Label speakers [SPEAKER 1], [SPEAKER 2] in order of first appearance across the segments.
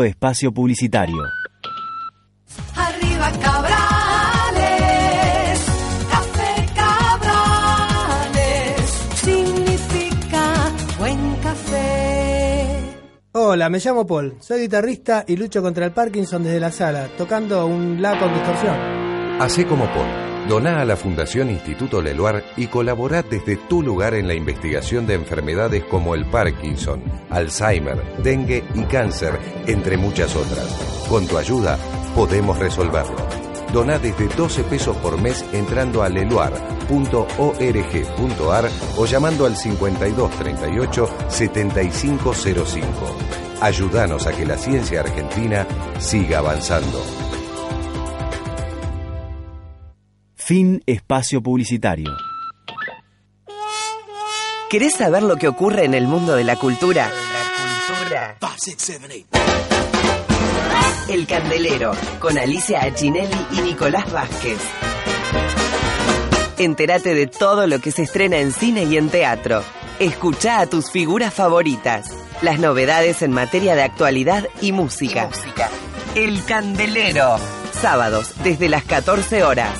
[SPEAKER 1] Espacio publicitario.
[SPEAKER 2] Arriba Cabrales, Café Cabrales, significa buen café.
[SPEAKER 3] Hola, me llamo Paul, soy guitarrista y lucho contra el Parkinson desde la sala, tocando un La con distorsión.
[SPEAKER 4] Hacé como Paul. Doná a la Fundación Instituto Leluar y colabora desde tu lugar en la investigación de enfermedades como el Parkinson, Alzheimer, dengue y cáncer, entre muchas otras. Con tu ayuda podemos resolverlo. Doná desde 12 pesos por mes entrando a leluar.org.ar o llamando al 5238 7505. Ayúdanos a que la ciencia argentina siga avanzando.
[SPEAKER 1] Fin espacio publicitario.
[SPEAKER 5] ¿Querés saber lo que ocurre en el mundo de la cultura? El Candelero, con Alicia Achinelli y Nicolás Vázquez. Entérate de todo lo que se estrena en cine y en teatro. Escucha a tus figuras favoritas, las novedades en materia de actualidad y música. El Candelero, sábados desde las 14 horas.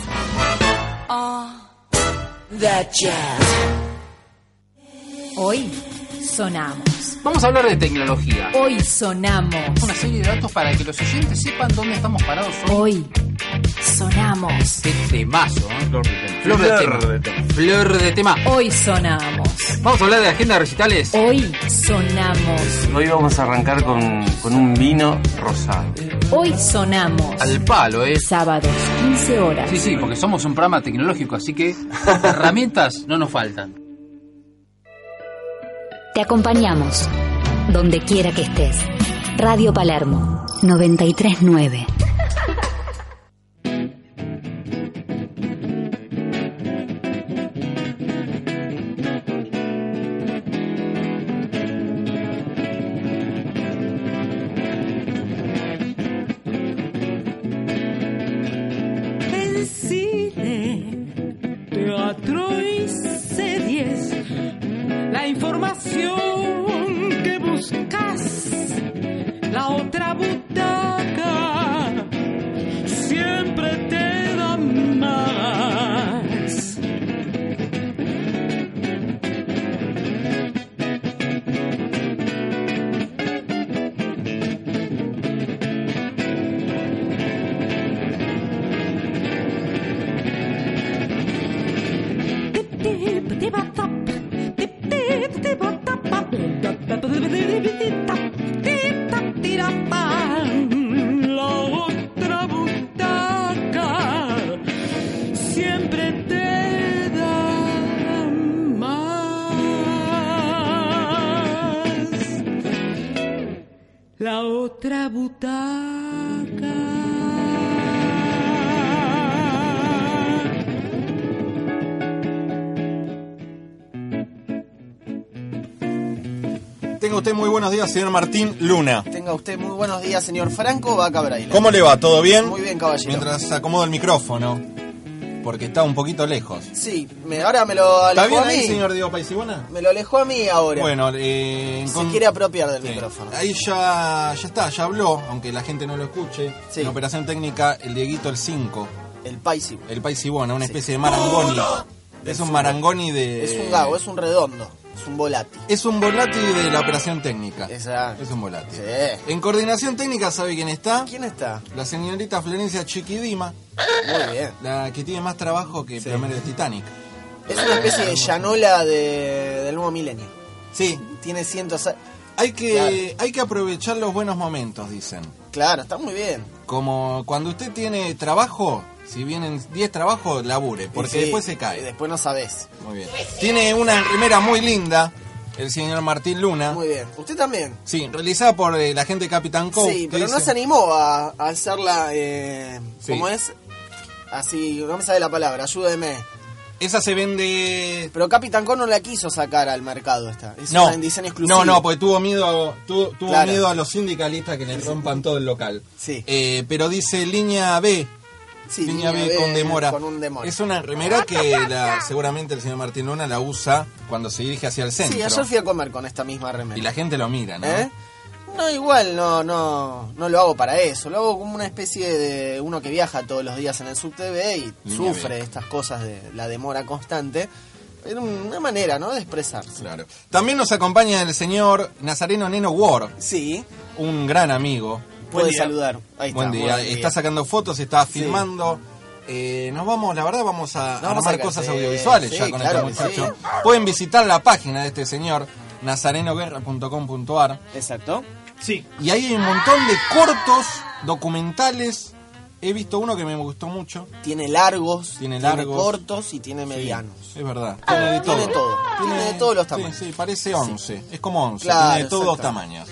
[SPEAKER 6] Hoy sonamos.
[SPEAKER 7] Vamos a hablar de tecnología.
[SPEAKER 6] Hoy sonamos.
[SPEAKER 7] Una serie de datos para que los oyentes sepan dónde estamos parados hoy.
[SPEAKER 6] Hoy sonamos.
[SPEAKER 7] Qué temazo, ¿eh?
[SPEAKER 8] Flor de tema.
[SPEAKER 7] Flor de tema. Flor de tema.
[SPEAKER 6] Hoy sonamos.
[SPEAKER 7] Vamos a hablar de agenda de recitales.
[SPEAKER 6] Hoy sonamos.
[SPEAKER 9] Hoy vamos a arrancar con, con un vino rosado.
[SPEAKER 6] Hoy sonamos.
[SPEAKER 7] Al palo, ¿eh?
[SPEAKER 6] Sábados, 15 horas.
[SPEAKER 7] Sí, sí, porque somos un programa tecnológico, así que herramientas no nos faltan.
[SPEAKER 10] Te acompañamos, donde quiera que estés. Radio Palermo, 939.
[SPEAKER 2] Pensile, teatro y series, la información que buscas, la otra butaca siempre te da más. La otra butaca siempre te da más. La otra butaca.
[SPEAKER 11] Tenga usted muy buenos días, señor Martín Luna.
[SPEAKER 12] Tenga usted muy buenos días, señor Franco Vaca Braila.
[SPEAKER 11] ¿Cómo le va? ¿Todo bien?
[SPEAKER 12] Muy bien, caballero.
[SPEAKER 11] Mientras acomodo el micrófono, porque está un poquito lejos.
[SPEAKER 12] Sí, me- ahora me lo alejó
[SPEAKER 11] ¿Está bien
[SPEAKER 12] a mí.
[SPEAKER 11] ahí, señor Diego Paisibona?
[SPEAKER 12] Me lo alejó a mí ahora.
[SPEAKER 11] Bueno, eh,
[SPEAKER 12] se
[SPEAKER 11] con-
[SPEAKER 12] quiere apropiar del
[SPEAKER 11] Sí.
[SPEAKER 12] micrófono.
[SPEAKER 11] Ahí ya, ya está, ya habló, aunque la gente no lo escuche.
[SPEAKER 12] Sí.
[SPEAKER 11] En operación técnica, el Dieguito el 5,
[SPEAKER 12] El paisimo.
[SPEAKER 11] el Paisibona, una especie de marangoni. Es un marangoni de...
[SPEAKER 12] Es un gago, es un redondo, es un volátil.
[SPEAKER 11] Es un volati de la operación técnica.
[SPEAKER 12] Exacto.
[SPEAKER 11] Es un volati.
[SPEAKER 12] Sí.
[SPEAKER 11] En coordinación técnica, ¿sabe quién está?
[SPEAKER 12] ¿Quién está?
[SPEAKER 11] La señorita Florencia Chiquidima,
[SPEAKER 12] Muy bien.
[SPEAKER 11] la que tiene más trabajo que
[SPEAKER 12] Sí.
[SPEAKER 11] primero de Titanic.
[SPEAKER 12] Es una especie de llanola de- del nuevo milenio.
[SPEAKER 11] Sí,
[SPEAKER 12] Tiene cientos...
[SPEAKER 11] hay que, hay que aprovechar los buenos momentos, dicen.
[SPEAKER 12] Claro, está muy bien.
[SPEAKER 11] Como cuando usted tiene trabajo, si vienen 10 trabajos, labure, porque
[SPEAKER 12] Sí,
[SPEAKER 11] después se
[SPEAKER 12] y
[SPEAKER 11] cae.
[SPEAKER 12] Después no sabés.
[SPEAKER 11] Muy bien. Tiene una remera muy linda el señor Martín Luna.
[SPEAKER 12] Muy bien. Usted también.
[SPEAKER 11] Sí, realizada por eh, la gente de Capitán Co.
[SPEAKER 12] sí,
[SPEAKER 11] que
[SPEAKER 12] pero no
[SPEAKER 11] dice-
[SPEAKER 12] se animó a, a hacerla, eh,
[SPEAKER 11] Sí.
[SPEAKER 12] ¿cómo es? Así, no me sale la palabra, ayúdeme.
[SPEAKER 11] Esa se vende...
[SPEAKER 12] Pero Capitán Con no la quiso sacar al mercado esta. Es
[SPEAKER 11] No.
[SPEAKER 12] una en diseño exclusivo.
[SPEAKER 11] No, no, pues, porque tuvo miedo, tuvo, tuvo
[SPEAKER 12] Claro.
[SPEAKER 11] miedo a los sindicalistas que le rompan todo el local. Eh, pero dice línea B. línea,
[SPEAKER 12] línea
[SPEAKER 11] B,
[SPEAKER 12] B
[SPEAKER 11] con demora.
[SPEAKER 12] con un demora.
[SPEAKER 11] Es una remera que la- seguramente el señor Martín Luna la usa cuando se dirige hacia el centro.
[SPEAKER 12] Sí, ayer fui a comer con esta misma remera.
[SPEAKER 11] Y la gente lo mira, ¿no?
[SPEAKER 12] ¿Eh? No, igual no, no, no lo hago para eso. Lo hago como una especie de uno que viaja todos los días en el subtv y
[SPEAKER 11] Línea
[SPEAKER 12] sufre
[SPEAKER 11] B.
[SPEAKER 12] estas cosas de la demora constante. Era una manera, ¿no? De expresarse.
[SPEAKER 11] Claro. También nos acompaña el señor Nazareno Neno Ward.
[SPEAKER 12] Sí.
[SPEAKER 11] Un gran amigo.
[SPEAKER 12] Puede saludar. Ahí
[SPEAKER 11] Buen
[SPEAKER 12] está,
[SPEAKER 11] día.
[SPEAKER 12] buen día.
[SPEAKER 11] Está sacando fotos, está
[SPEAKER 12] Sí.
[SPEAKER 11] filmando. Eh, nos vamos, la verdad, vamos a
[SPEAKER 12] Nos vamos
[SPEAKER 11] armar
[SPEAKER 12] a-
[SPEAKER 11] cosas
[SPEAKER 12] sí,
[SPEAKER 11] audiovisuales
[SPEAKER 12] sí,
[SPEAKER 11] ya con
[SPEAKER 12] claro
[SPEAKER 11] este
[SPEAKER 12] que sí.
[SPEAKER 11] muchacho. Pueden visitar la página de este señor, nazarenoguerra.com.ar.
[SPEAKER 12] Exacto.
[SPEAKER 11] Sí. Y ahí hay un montón de cortos documentales. He visto uno que me gustó mucho.
[SPEAKER 12] Tiene largos,
[SPEAKER 11] tiene
[SPEAKER 12] tiene
[SPEAKER 11] largos.
[SPEAKER 12] cortos y tiene medianos.
[SPEAKER 11] Es verdad. Tiene de todo.
[SPEAKER 12] Ah, Tiene todo. Tiene de todos los tamaños.
[SPEAKER 11] Sí, sí, parece 11. Es como 11.
[SPEAKER 12] Claro,
[SPEAKER 11] tiene de todos los
[SPEAKER 12] exacto.
[SPEAKER 11] tamaños.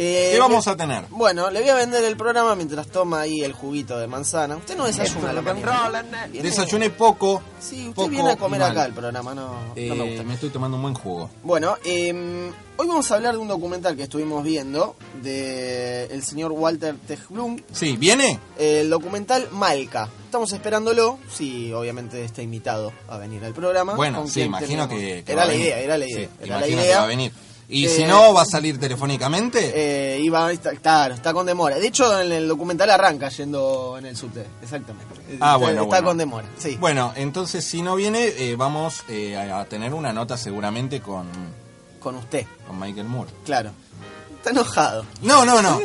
[SPEAKER 12] Eh,
[SPEAKER 11] ¿Qué vamos
[SPEAKER 12] le-
[SPEAKER 11] a tener?
[SPEAKER 12] Bueno, le voy a vender el programa mientras toma ahí el juguito de manzana. Usted no desayuna a la mañana. Viene-
[SPEAKER 11] Desayuné poco.
[SPEAKER 12] eh. Sí, usted
[SPEAKER 11] ¿eh? poco
[SPEAKER 12] viene a
[SPEAKER 11] y
[SPEAKER 12] comer
[SPEAKER 11] mal.
[SPEAKER 12] acá el programa, no,
[SPEAKER 11] Eh,
[SPEAKER 12] no me gusta.
[SPEAKER 11] me estoy tomando un buen jugo.
[SPEAKER 12] Bueno, eh, hoy vamos a hablar de un documental que estuvimos viendo de el señor Walter Tejblum.
[SPEAKER 11] Sí, ¿viene?
[SPEAKER 12] El documental Malca. Estamos esperándolo. Sí, obviamente está invitado a venir al programa.
[SPEAKER 11] Bueno,
[SPEAKER 12] ¿Con
[SPEAKER 11] sí,
[SPEAKER 12] quién
[SPEAKER 11] imagino
[SPEAKER 12] tenemos?
[SPEAKER 11] que, que va
[SPEAKER 12] era
[SPEAKER 11] a
[SPEAKER 12] la
[SPEAKER 11] venir.
[SPEAKER 12] idea, era la idea.
[SPEAKER 11] Sí,
[SPEAKER 12] era la
[SPEAKER 11] imagino que
[SPEAKER 12] idea.
[SPEAKER 11] va a venir. Y
[SPEAKER 12] Eh,
[SPEAKER 11] si no, va a salir telefónicamente.
[SPEAKER 12] Eh, y va- está, claro, está con demora. De hecho, en el documental arranca yendo en el subte. Exactamente.
[SPEAKER 11] Ah,
[SPEAKER 12] Está-
[SPEAKER 11] bueno,
[SPEAKER 12] Está
[SPEAKER 11] bueno.
[SPEAKER 12] con demora, sí.
[SPEAKER 11] Bueno, entonces si no viene, eh, vamos eh, a a tener una nota seguramente con,
[SPEAKER 12] Con usted.
[SPEAKER 11] con Michael Moore.
[SPEAKER 12] Claro. Está enojado.
[SPEAKER 11] No, no, no.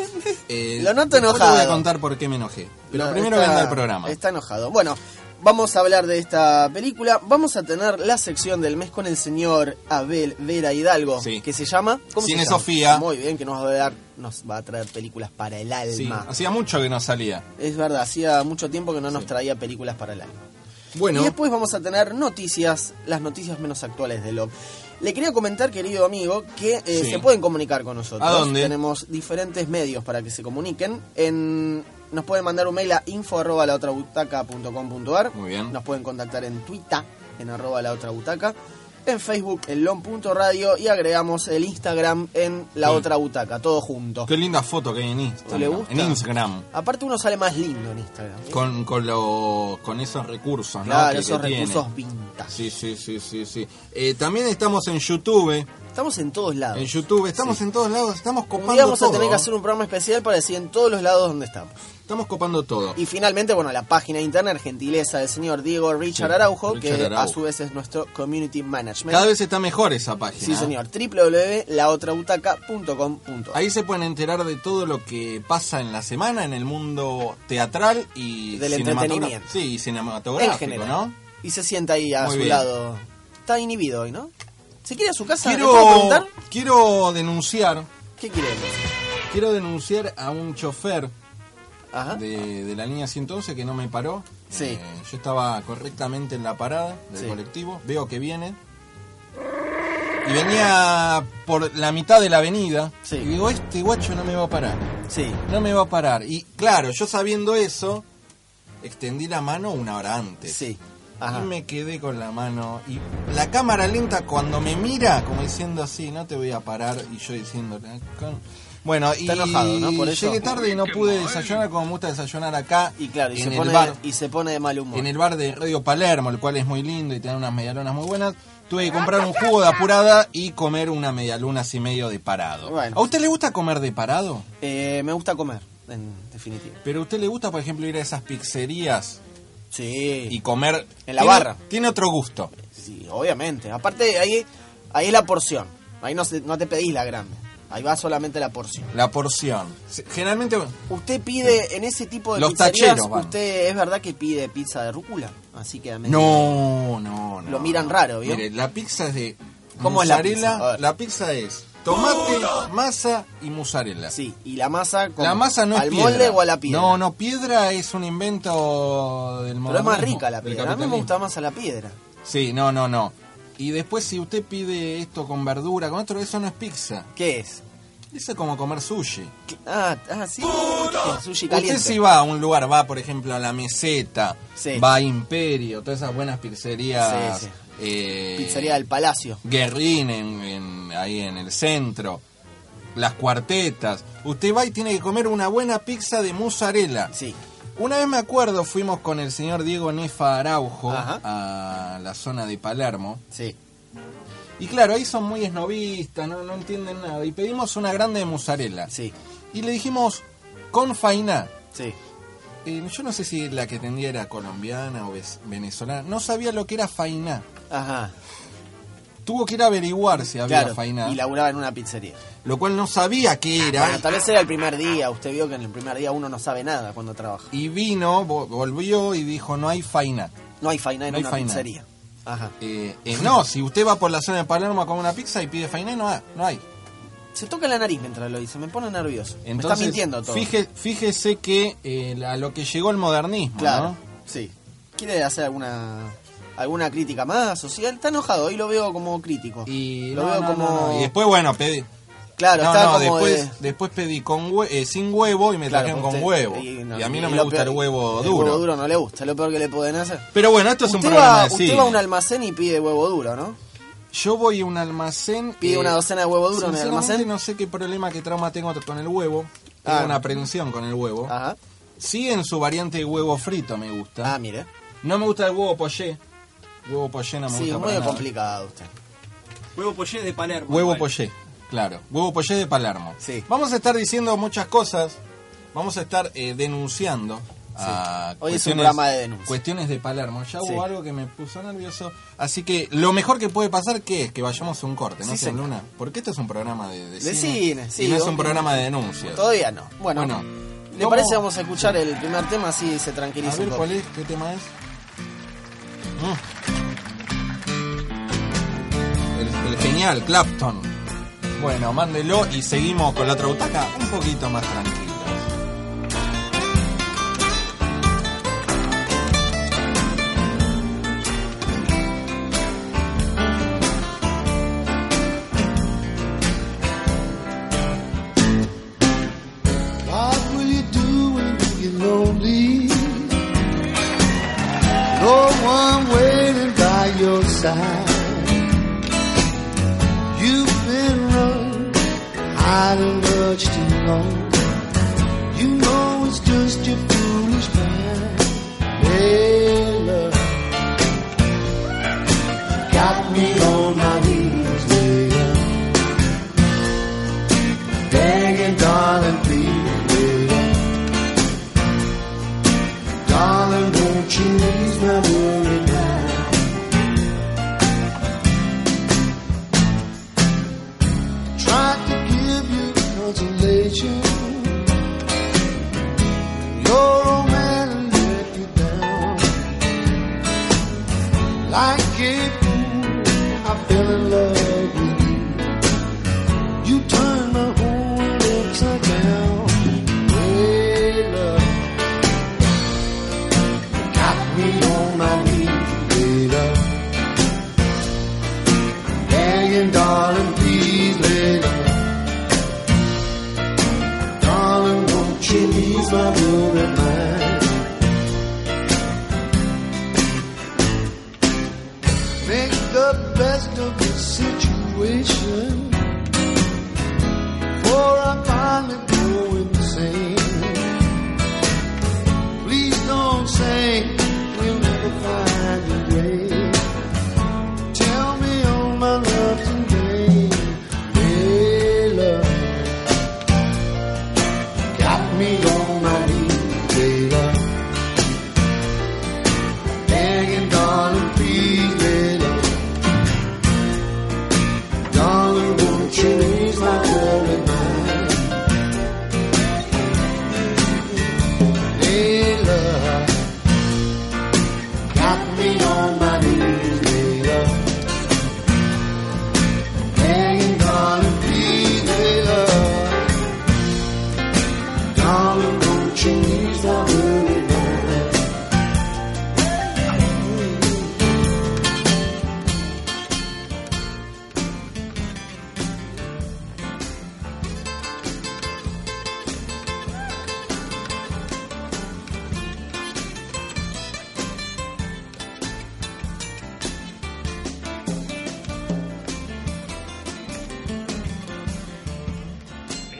[SPEAKER 11] Eh,
[SPEAKER 12] Lo noto
[SPEAKER 11] después le voy a
[SPEAKER 12] enojado.
[SPEAKER 11] contar por qué me enojé. Pero
[SPEAKER 12] No,
[SPEAKER 11] primero
[SPEAKER 12] Ah, está-
[SPEAKER 11] voy a andar el programa.
[SPEAKER 12] Está enojado. Bueno, vamos a hablar de esta película. Vamos a tener la sección del mes con el señor Abel Vera Hidalgo, que se llama ¿Cómo se
[SPEAKER 11] Cine
[SPEAKER 12] llama?
[SPEAKER 11] Sofía.
[SPEAKER 12] Muy bien, que nos va a dar, nos va a traer películas para el
[SPEAKER 11] Sí,
[SPEAKER 12] alma.
[SPEAKER 11] hacía mucho que no salía.
[SPEAKER 12] Es verdad, hacía mucho tiempo que no nos traía películas para el alma.
[SPEAKER 11] Bueno.
[SPEAKER 12] Y después vamos a tener noticias, las noticias menos actuales de Log. Le quería comentar, querido amigo, que eh,
[SPEAKER 11] Sí.
[SPEAKER 12] se pueden comunicar con nosotros.
[SPEAKER 11] ¿A dónde?
[SPEAKER 12] Tenemos diferentes medios para que se comuniquen. En, nos pueden mandar un mail a info arroba laotrabutaca.com.ar.
[SPEAKER 11] Muy bien.
[SPEAKER 12] Nos pueden contactar en Twitter, en arroba la otra butaca. En Facebook, en lon.radio y agregamos el Instagram en la
[SPEAKER 11] Sí.
[SPEAKER 12] otra butaca, todo junto.
[SPEAKER 11] Qué linda foto que hay en Instagram.
[SPEAKER 12] ¿Le gusta?
[SPEAKER 11] En Instagram.
[SPEAKER 12] Aparte uno sale más lindo en Instagram. ¿eh?
[SPEAKER 11] Con, con, lo- con esos recursos, ¿no?
[SPEAKER 12] Claro,
[SPEAKER 11] que-
[SPEAKER 12] esos
[SPEAKER 11] que tiene.
[SPEAKER 12] recursos vintage.
[SPEAKER 11] Sí, sí, sí, sí, sí. Eh, también estamos en YouTube.
[SPEAKER 12] Estamos en todos lados.
[SPEAKER 11] En YouTube, estamos en todos lados, estamos
[SPEAKER 12] Un
[SPEAKER 11] copando
[SPEAKER 12] día vamos
[SPEAKER 11] todo.
[SPEAKER 12] a tener que hacer un programa especial para decir en todos los lados donde estamos.
[SPEAKER 11] Estamos copando todo.
[SPEAKER 12] Y finalmente, bueno, la página de internet, gentileza del señor Diego Richard
[SPEAKER 11] Sí,
[SPEAKER 12] Araujo,
[SPEAKER 11] Richard
[SPEAKER 12] que
[SPEAKER 11] Araujo.
[SPEAKER 12] a su vez es nuestro community management.
[SPEAKER 11] Cada vez está mejor esa página. ¿eh?
[SPEAKER 12] Sí, señor. www.laotrabutaca.com.ar
[SPEAKER 11] Ahí se pueden enterar de todo lo que pasa en la semana en el mundo teatral y
[SPEAKER 12] Del
[SPEAKER 11] cinematogra-
[SPEAKER 12] entretenimiento.
[SPEAKER 11] Sí, y cinematográfico,
[SPEAKER 12] En general.
[SPEAKER 11] ¿no?
[SPEAKER 12] Y se sienta ahí a
[SPEAKER 11] Muy
[SPEAKER 12] su
[SPEAKER 11] bien.
[SPEAKER 12] lado. Está inhibido hoy, ¿no? ¿Se quiere ir a su casa? ¿Le puedo
[SPEAKER 11] Quiero,
[SPEAKER 12] preguntar?
[SPEAKER 11] quiero denunciar,
[SPEAKER 12] ¿Qué queremos?
[SPEAKER 11] quiero denunciar a un chofer de, de la línea 111 que no me paró.
[SPEAKER 12] ¿Ah? Sí.
[SPEAKER 11] Eh, yo estaba correctamente en la parada del
[SPEAKER 12] Sí.
[SPEAKER 11] colectivo, veo que viene. Y venía por la mitad de la avenida. Y digo, este guacho no me va a parar.
[SPEAKER 12] Sí.
[SPEAKER 11] No me va a parar. Y claro, yo sabiendo eso, extendí la mano una hora antes.
[SPEAKER 12] Sí.
[SPEAKER 11] Y me quedé con la mano. Y la cámara lenta cuando me mira, como diciendo así, no te voy a parar. Y yo diciendo, "Ah, con-". bueno,
[SPEAKER 12] Está
[SPEAKER 11] y
[SPEAKER 12] enojado, ¿no? Por eso.
[SPEAKER 11] llegué tarde y no pude desayunar como me gusta desayunar acá.
[SPEAKER 12] Y claro, y,
[SPEAKER 11] en
[SPEAKER 12] se
[SPEAKER 11] el
[SPEAKER 12] pone,
[SPEAKER 11] bar.
[SPEAKER 12] y se pone de mal humor.
[SPEAKER 11] En el bar de Radio Palermo, el cual es muy lindo y tiene unas medialunas muy buenas. Tuve que comprar un jugo de apurada y comer una medialuna así medio de parado.
[SPEAKER 12] Bueno.
[SPEAKER 11] ¿A usted le gusta comer de parado?
[SPEAKER 12] Eh, me gusta comer, en definitiva.
[SPEAKER 11] ¿Pero a usted le gusta, por ejemplo, ir a esas pizzerías?
[SPEAKER 12] Sí.
[SPEAKER 11] Y comer...
[SPEAKER 12] En la
[SPEAKER 11] Tiene-
[SPEAKER 12] barra.
[SPEAKER 11] Tiene otro gusto.
[SPEAKER 12] Sí, obviamente. Aparte, ahí, ahí es la porción. Ahí no, se- no te pedís la grande. Ahí va solamente la porción.
[SPEAKER 11] La porción. Se- Generalmente...
[SPEAKER 12] Usted pide en ese tipo de
[SPEAKER 11] Los
[SPEAKER 12] pizzerías,
[SPEAKER 11] tacheros van.
[SPEAKER 12] usted es verdad que pide pizza de rúcula, así que a mí-
[SPEAKER 11] No, no, no.
[SPEAKER 12] Lo miran raro, ¿vio?
[SPEAKER 11] Mire, la pizza es de...
[SPEAKER 12] ¿Cómo es la
[SPEAKER 11] mozzarella.
[SPEAKER 12] pizza? A ver.
[SPEAKER 11] La pizza es tomate, masa y mozzarella.
[SPEAKER 12] Sí, y la masa con-
[SPEAKER 11] La masa no es
[SPEAKER 12] al
[SPEAKER 11] piedra.
[SPEAKER 12] molde o a la piedra.
[SPEAKER 11] No, no, piedra es un invento del
[SPEAKER 12] Pero es más
[SPEAKER 11] modernismo,
[SPEAKER 12] rica la
[SPEAKER 11] del
[SPEAKER 12] piedra. A mí me
[SPEAKER 11] capitalismo.
[SPEAKER 12] gusta más a la piedra.
[SPEAKER 11] Sí, no, no, no. Y después si usted pide esto con verdura, con otro, eso no es pizza.
[SPEAKER 12] ¿Qué es?
[SPEAKER 11] Eso es como comer sushi.
[SPEAKER 12] Ah, ah sí. Sí, Sushi
[SPEAKER 11] Usted
[SPEAKER 12] caliente.
[SPEAKER 11] si va a un lugar, va por ejemplo a la meseta, va a Imperio, todas esas buenas pizzerías.
[SPEAKER 12] Sí, sí.
[SPEAKER 11] eh,
[SPEAKER 12] Pizzería del Palacio.
[SPEAKER 11] Guerrín en- en- ahí en el centro, las cuartetas. Usted va y tiene que comer una buena pizza de mozzarella.
[SPEAKER 12] Sí.
[SPEAKER 11] Una vez me acuerdo, fuimos con el señor Diego Nefa Araujo a la zona de Palermo.
[SPEAKER 12] Sí.
[SPEAKER 11] Y claro, ahí son muy esnovistas, no, no entienden nada. Y pedimos una grande de mozzarella.
[SPEAKER 12] Sí.
[SPEAKER 11] Y le dijimos con fainá. Eh,
[SPEAKER 12] Sí.
[SPEAKER 11] yo no sé si la que tendía era colombiana o ves- venezolana. No sabía lo que era fainá.
[SPEAKER 12] Ajá.
[SPEAKER 11] Tuvo que ir a averiguar si había
[SPEAKER 12] Claro,
[SPEAKER 11] fainá.
[SPEAKER 12] y Ah, laburaba en una pizzería.
[SPEAKER 11] Lo cual no sabía qué era.
[SPEAKER 12] Bueno, tal vez era el primer día. Usted vio que en el primer día uno no sabe nada cuando trabaja.
[SPEAKER 11] Y vino, vo- volvió y dijo, no hay fainá.
[SPEAKER 12] No hay fainá en
[SPEAKER 11] No hay
[SPEAKER 12] una
[SPEAKER 11] fainá.
[SPEAKER 12] pizzería. Ajá.
[SPEAKER 11] Eh, no, si usted va por la zona de Palermo a comer una pizza y pide fainá, no, ha- no hay.
[SPEAKER 12] Se toca la nariz mientras lo dice, me pone nervioso. me está
[SPEAKER 11] Entonces,
[SPEAKER 12] mintiendo todo.
[SPEAKER 11] fije- fíjese que eh, a lo que llegó el modernismo,
[SPEAKER 12] Claro,
[SPEAKER 11] ¿no?
[SPEAKER 12] sí. ¿Quiere hacer alguna alguna crítica más social? Está enojado, hoy lo veo como crítico.
[SPEAKER 11] Y
[SPEAKER 12] lo
[SPEAKER 11] no,
[SPEAKER 12] veo
[SPEAKER 11] no,
[SPEAKER 12] como
[SPEAKER 11] no, no. Y después, bueno, pedí.
[SPEAKER 12] Claro,
[SPEAKER 11] No,
[SPEAKER 12] está
[SPEAKER 11] no,
[SPEAKER 12] como de-
[SPEAKER 11] después, después pedí con hue- eh, sin huevo y me
[SPEAKER 12] Claro,
[SPEAKER 11] trajeron
[SPEAKER 12] usted-
[SPEAKER 11] con huevo. Y,
[SPEAKER 12] y no,
[SPEAKER 11] a mí
[SPEAKER 12] y
[SPEAKER 11] no me
[SPEAKER 12] lo
[SPEAKER 11] gusta
[SPEAKER 12] peor-
[SPEAKER 11] el huevo
[SPEAKER 12] el
[SPEAKER 11] duro.
[SPEAKER 12] huevo duro no le gusta, lo peor que le pueden hacer.
[SPEAKER 11] Pero bueno, esto es un
[SPEAKER 12] Usted
[SPEAKER 11] programa
[SPEAKER 12] va,
[SPEAKER 11] de cine.
[SPEAKER 12] usted va a un almacén y pide huevo duro, ¿no?
[SPEAKER 11] Yo voy a un almacén.
[SPEAKER 12] Pide una docena de huevo duro en el
[SPEAKER 11] sinceramente,
[SPEAKER 12] almacén.
[SPEAKER 11] No sé qué problema, qué trauma tengo con el huevo. Tengo
[SPEAKER 12] Ah.
[SPEAKER 11] una aprensión con el huevo.
[SPEAKER 12] Ajá.
[SPEAKER 11] Sí, en su variante de huevo frito me gusta.
[SPEAKER 12] Ah, mire.
[SPEAKER 11] No me gusta el huevo poché. Huevo poché no me
[SPEAKER 12] Sí,
[SPEAKER 11] gusta.
[SPEAKER 12] muy
[SPEAKER 11] para nada.
[SPEAKER 12] complicado usted.
[SPEAKER 9] Huevo pollé de Palermo.
[SPEAKER 11] Huevo pollé, claro. Huevo pollé de Palermo. Vamos a estar diciendo muchas cosas. Vamos a estar eh, denunciando. a
[SPEAKER 12] Hoy es un
[SPEAKER 11] cuestiones-
[SPEAKER 12] programa de denuncia.
[SPEAKER 11] Cuestiones de Palermo. Ya hubo
[SPEAKER 12] Sí.
[SPEAKER 11] algo que me puso nervioso. Así que lo mejor que puede pasar que es que vayamos a un corte, ¿no,
[SPEAKER 12] Sí,
[SPEAKER 11] señor
[SPEAKER 12] señor.
[SPEAKER 11] Luna? Porque esto es un programa de, de
[SPEAKER 12] De
[SPEAKER 11] cine.
[SPEAKER 12] cine,
[SPEAKER 11] y
[SPEAKER 12] sí,
[SPEAKER 11] no es un
[SPEAKER 12] obvio.
[SPEAKER 11] programa de denuncias.
[SPEAKER 12] Todavía no. Bueno,
[SPEAKER 11] Bueno,
[SPEAKER 12] ¿le parece vamos a escuchar el primer tema así se tranquiliza
[SPEAKER 11] A ver,
[SPEAKER 12] un poco?
[SPEAKER 11] ¿cuál es? ¿Qué tema es? Mm. El, el genial Clapton. Bueno, mándelo y seguimos con la otra butaca un poquito más tranquilo.
[SPEAKER 8] What will you do when you get lonely? No one waiting by your side. You've been running, hiding much too long. You know it's just your foolish mind. Hey, love, got me on my knees, baby. Begging, darling, please, baby. Darling, won't you ease my worry now? Tried to give you consolation. Your old man let you down. Like it, I fell in love with you. You turn my whole world upside down. Hey, love. Got me on my knees, later. Begging, darling, please, later. Darling, won't you ease my worried mind? Make the best of the situation. Before I finally go insane. Please don't say we'll never find a way. Tell me all my love today. Hey, love. Got me on my knees, baby. Begging, darling, please, baby. Darling, won't you ease my worried mind? Hey, love, got me on my knees, Layla. Begging, darling, please, Layla. Darling,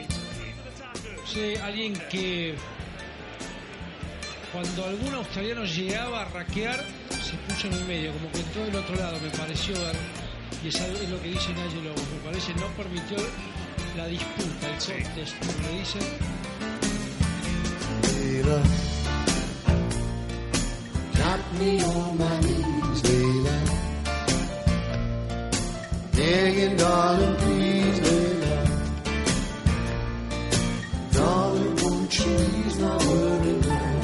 [SPEAKER 13] es eh, alguien que cuando algún australiano llegaba a raquear, se puso en el medio, como que entró del otro lado, me pareció ver, y es, algo- es lo que dice Naye Lobo, me parece, no permitió la disputa, el contest, como le dicen.
[SPEAKER 8] Leila. Got me on my knees, Leila. Begging, darling, please, Leila. Darling, won't you please not worry now?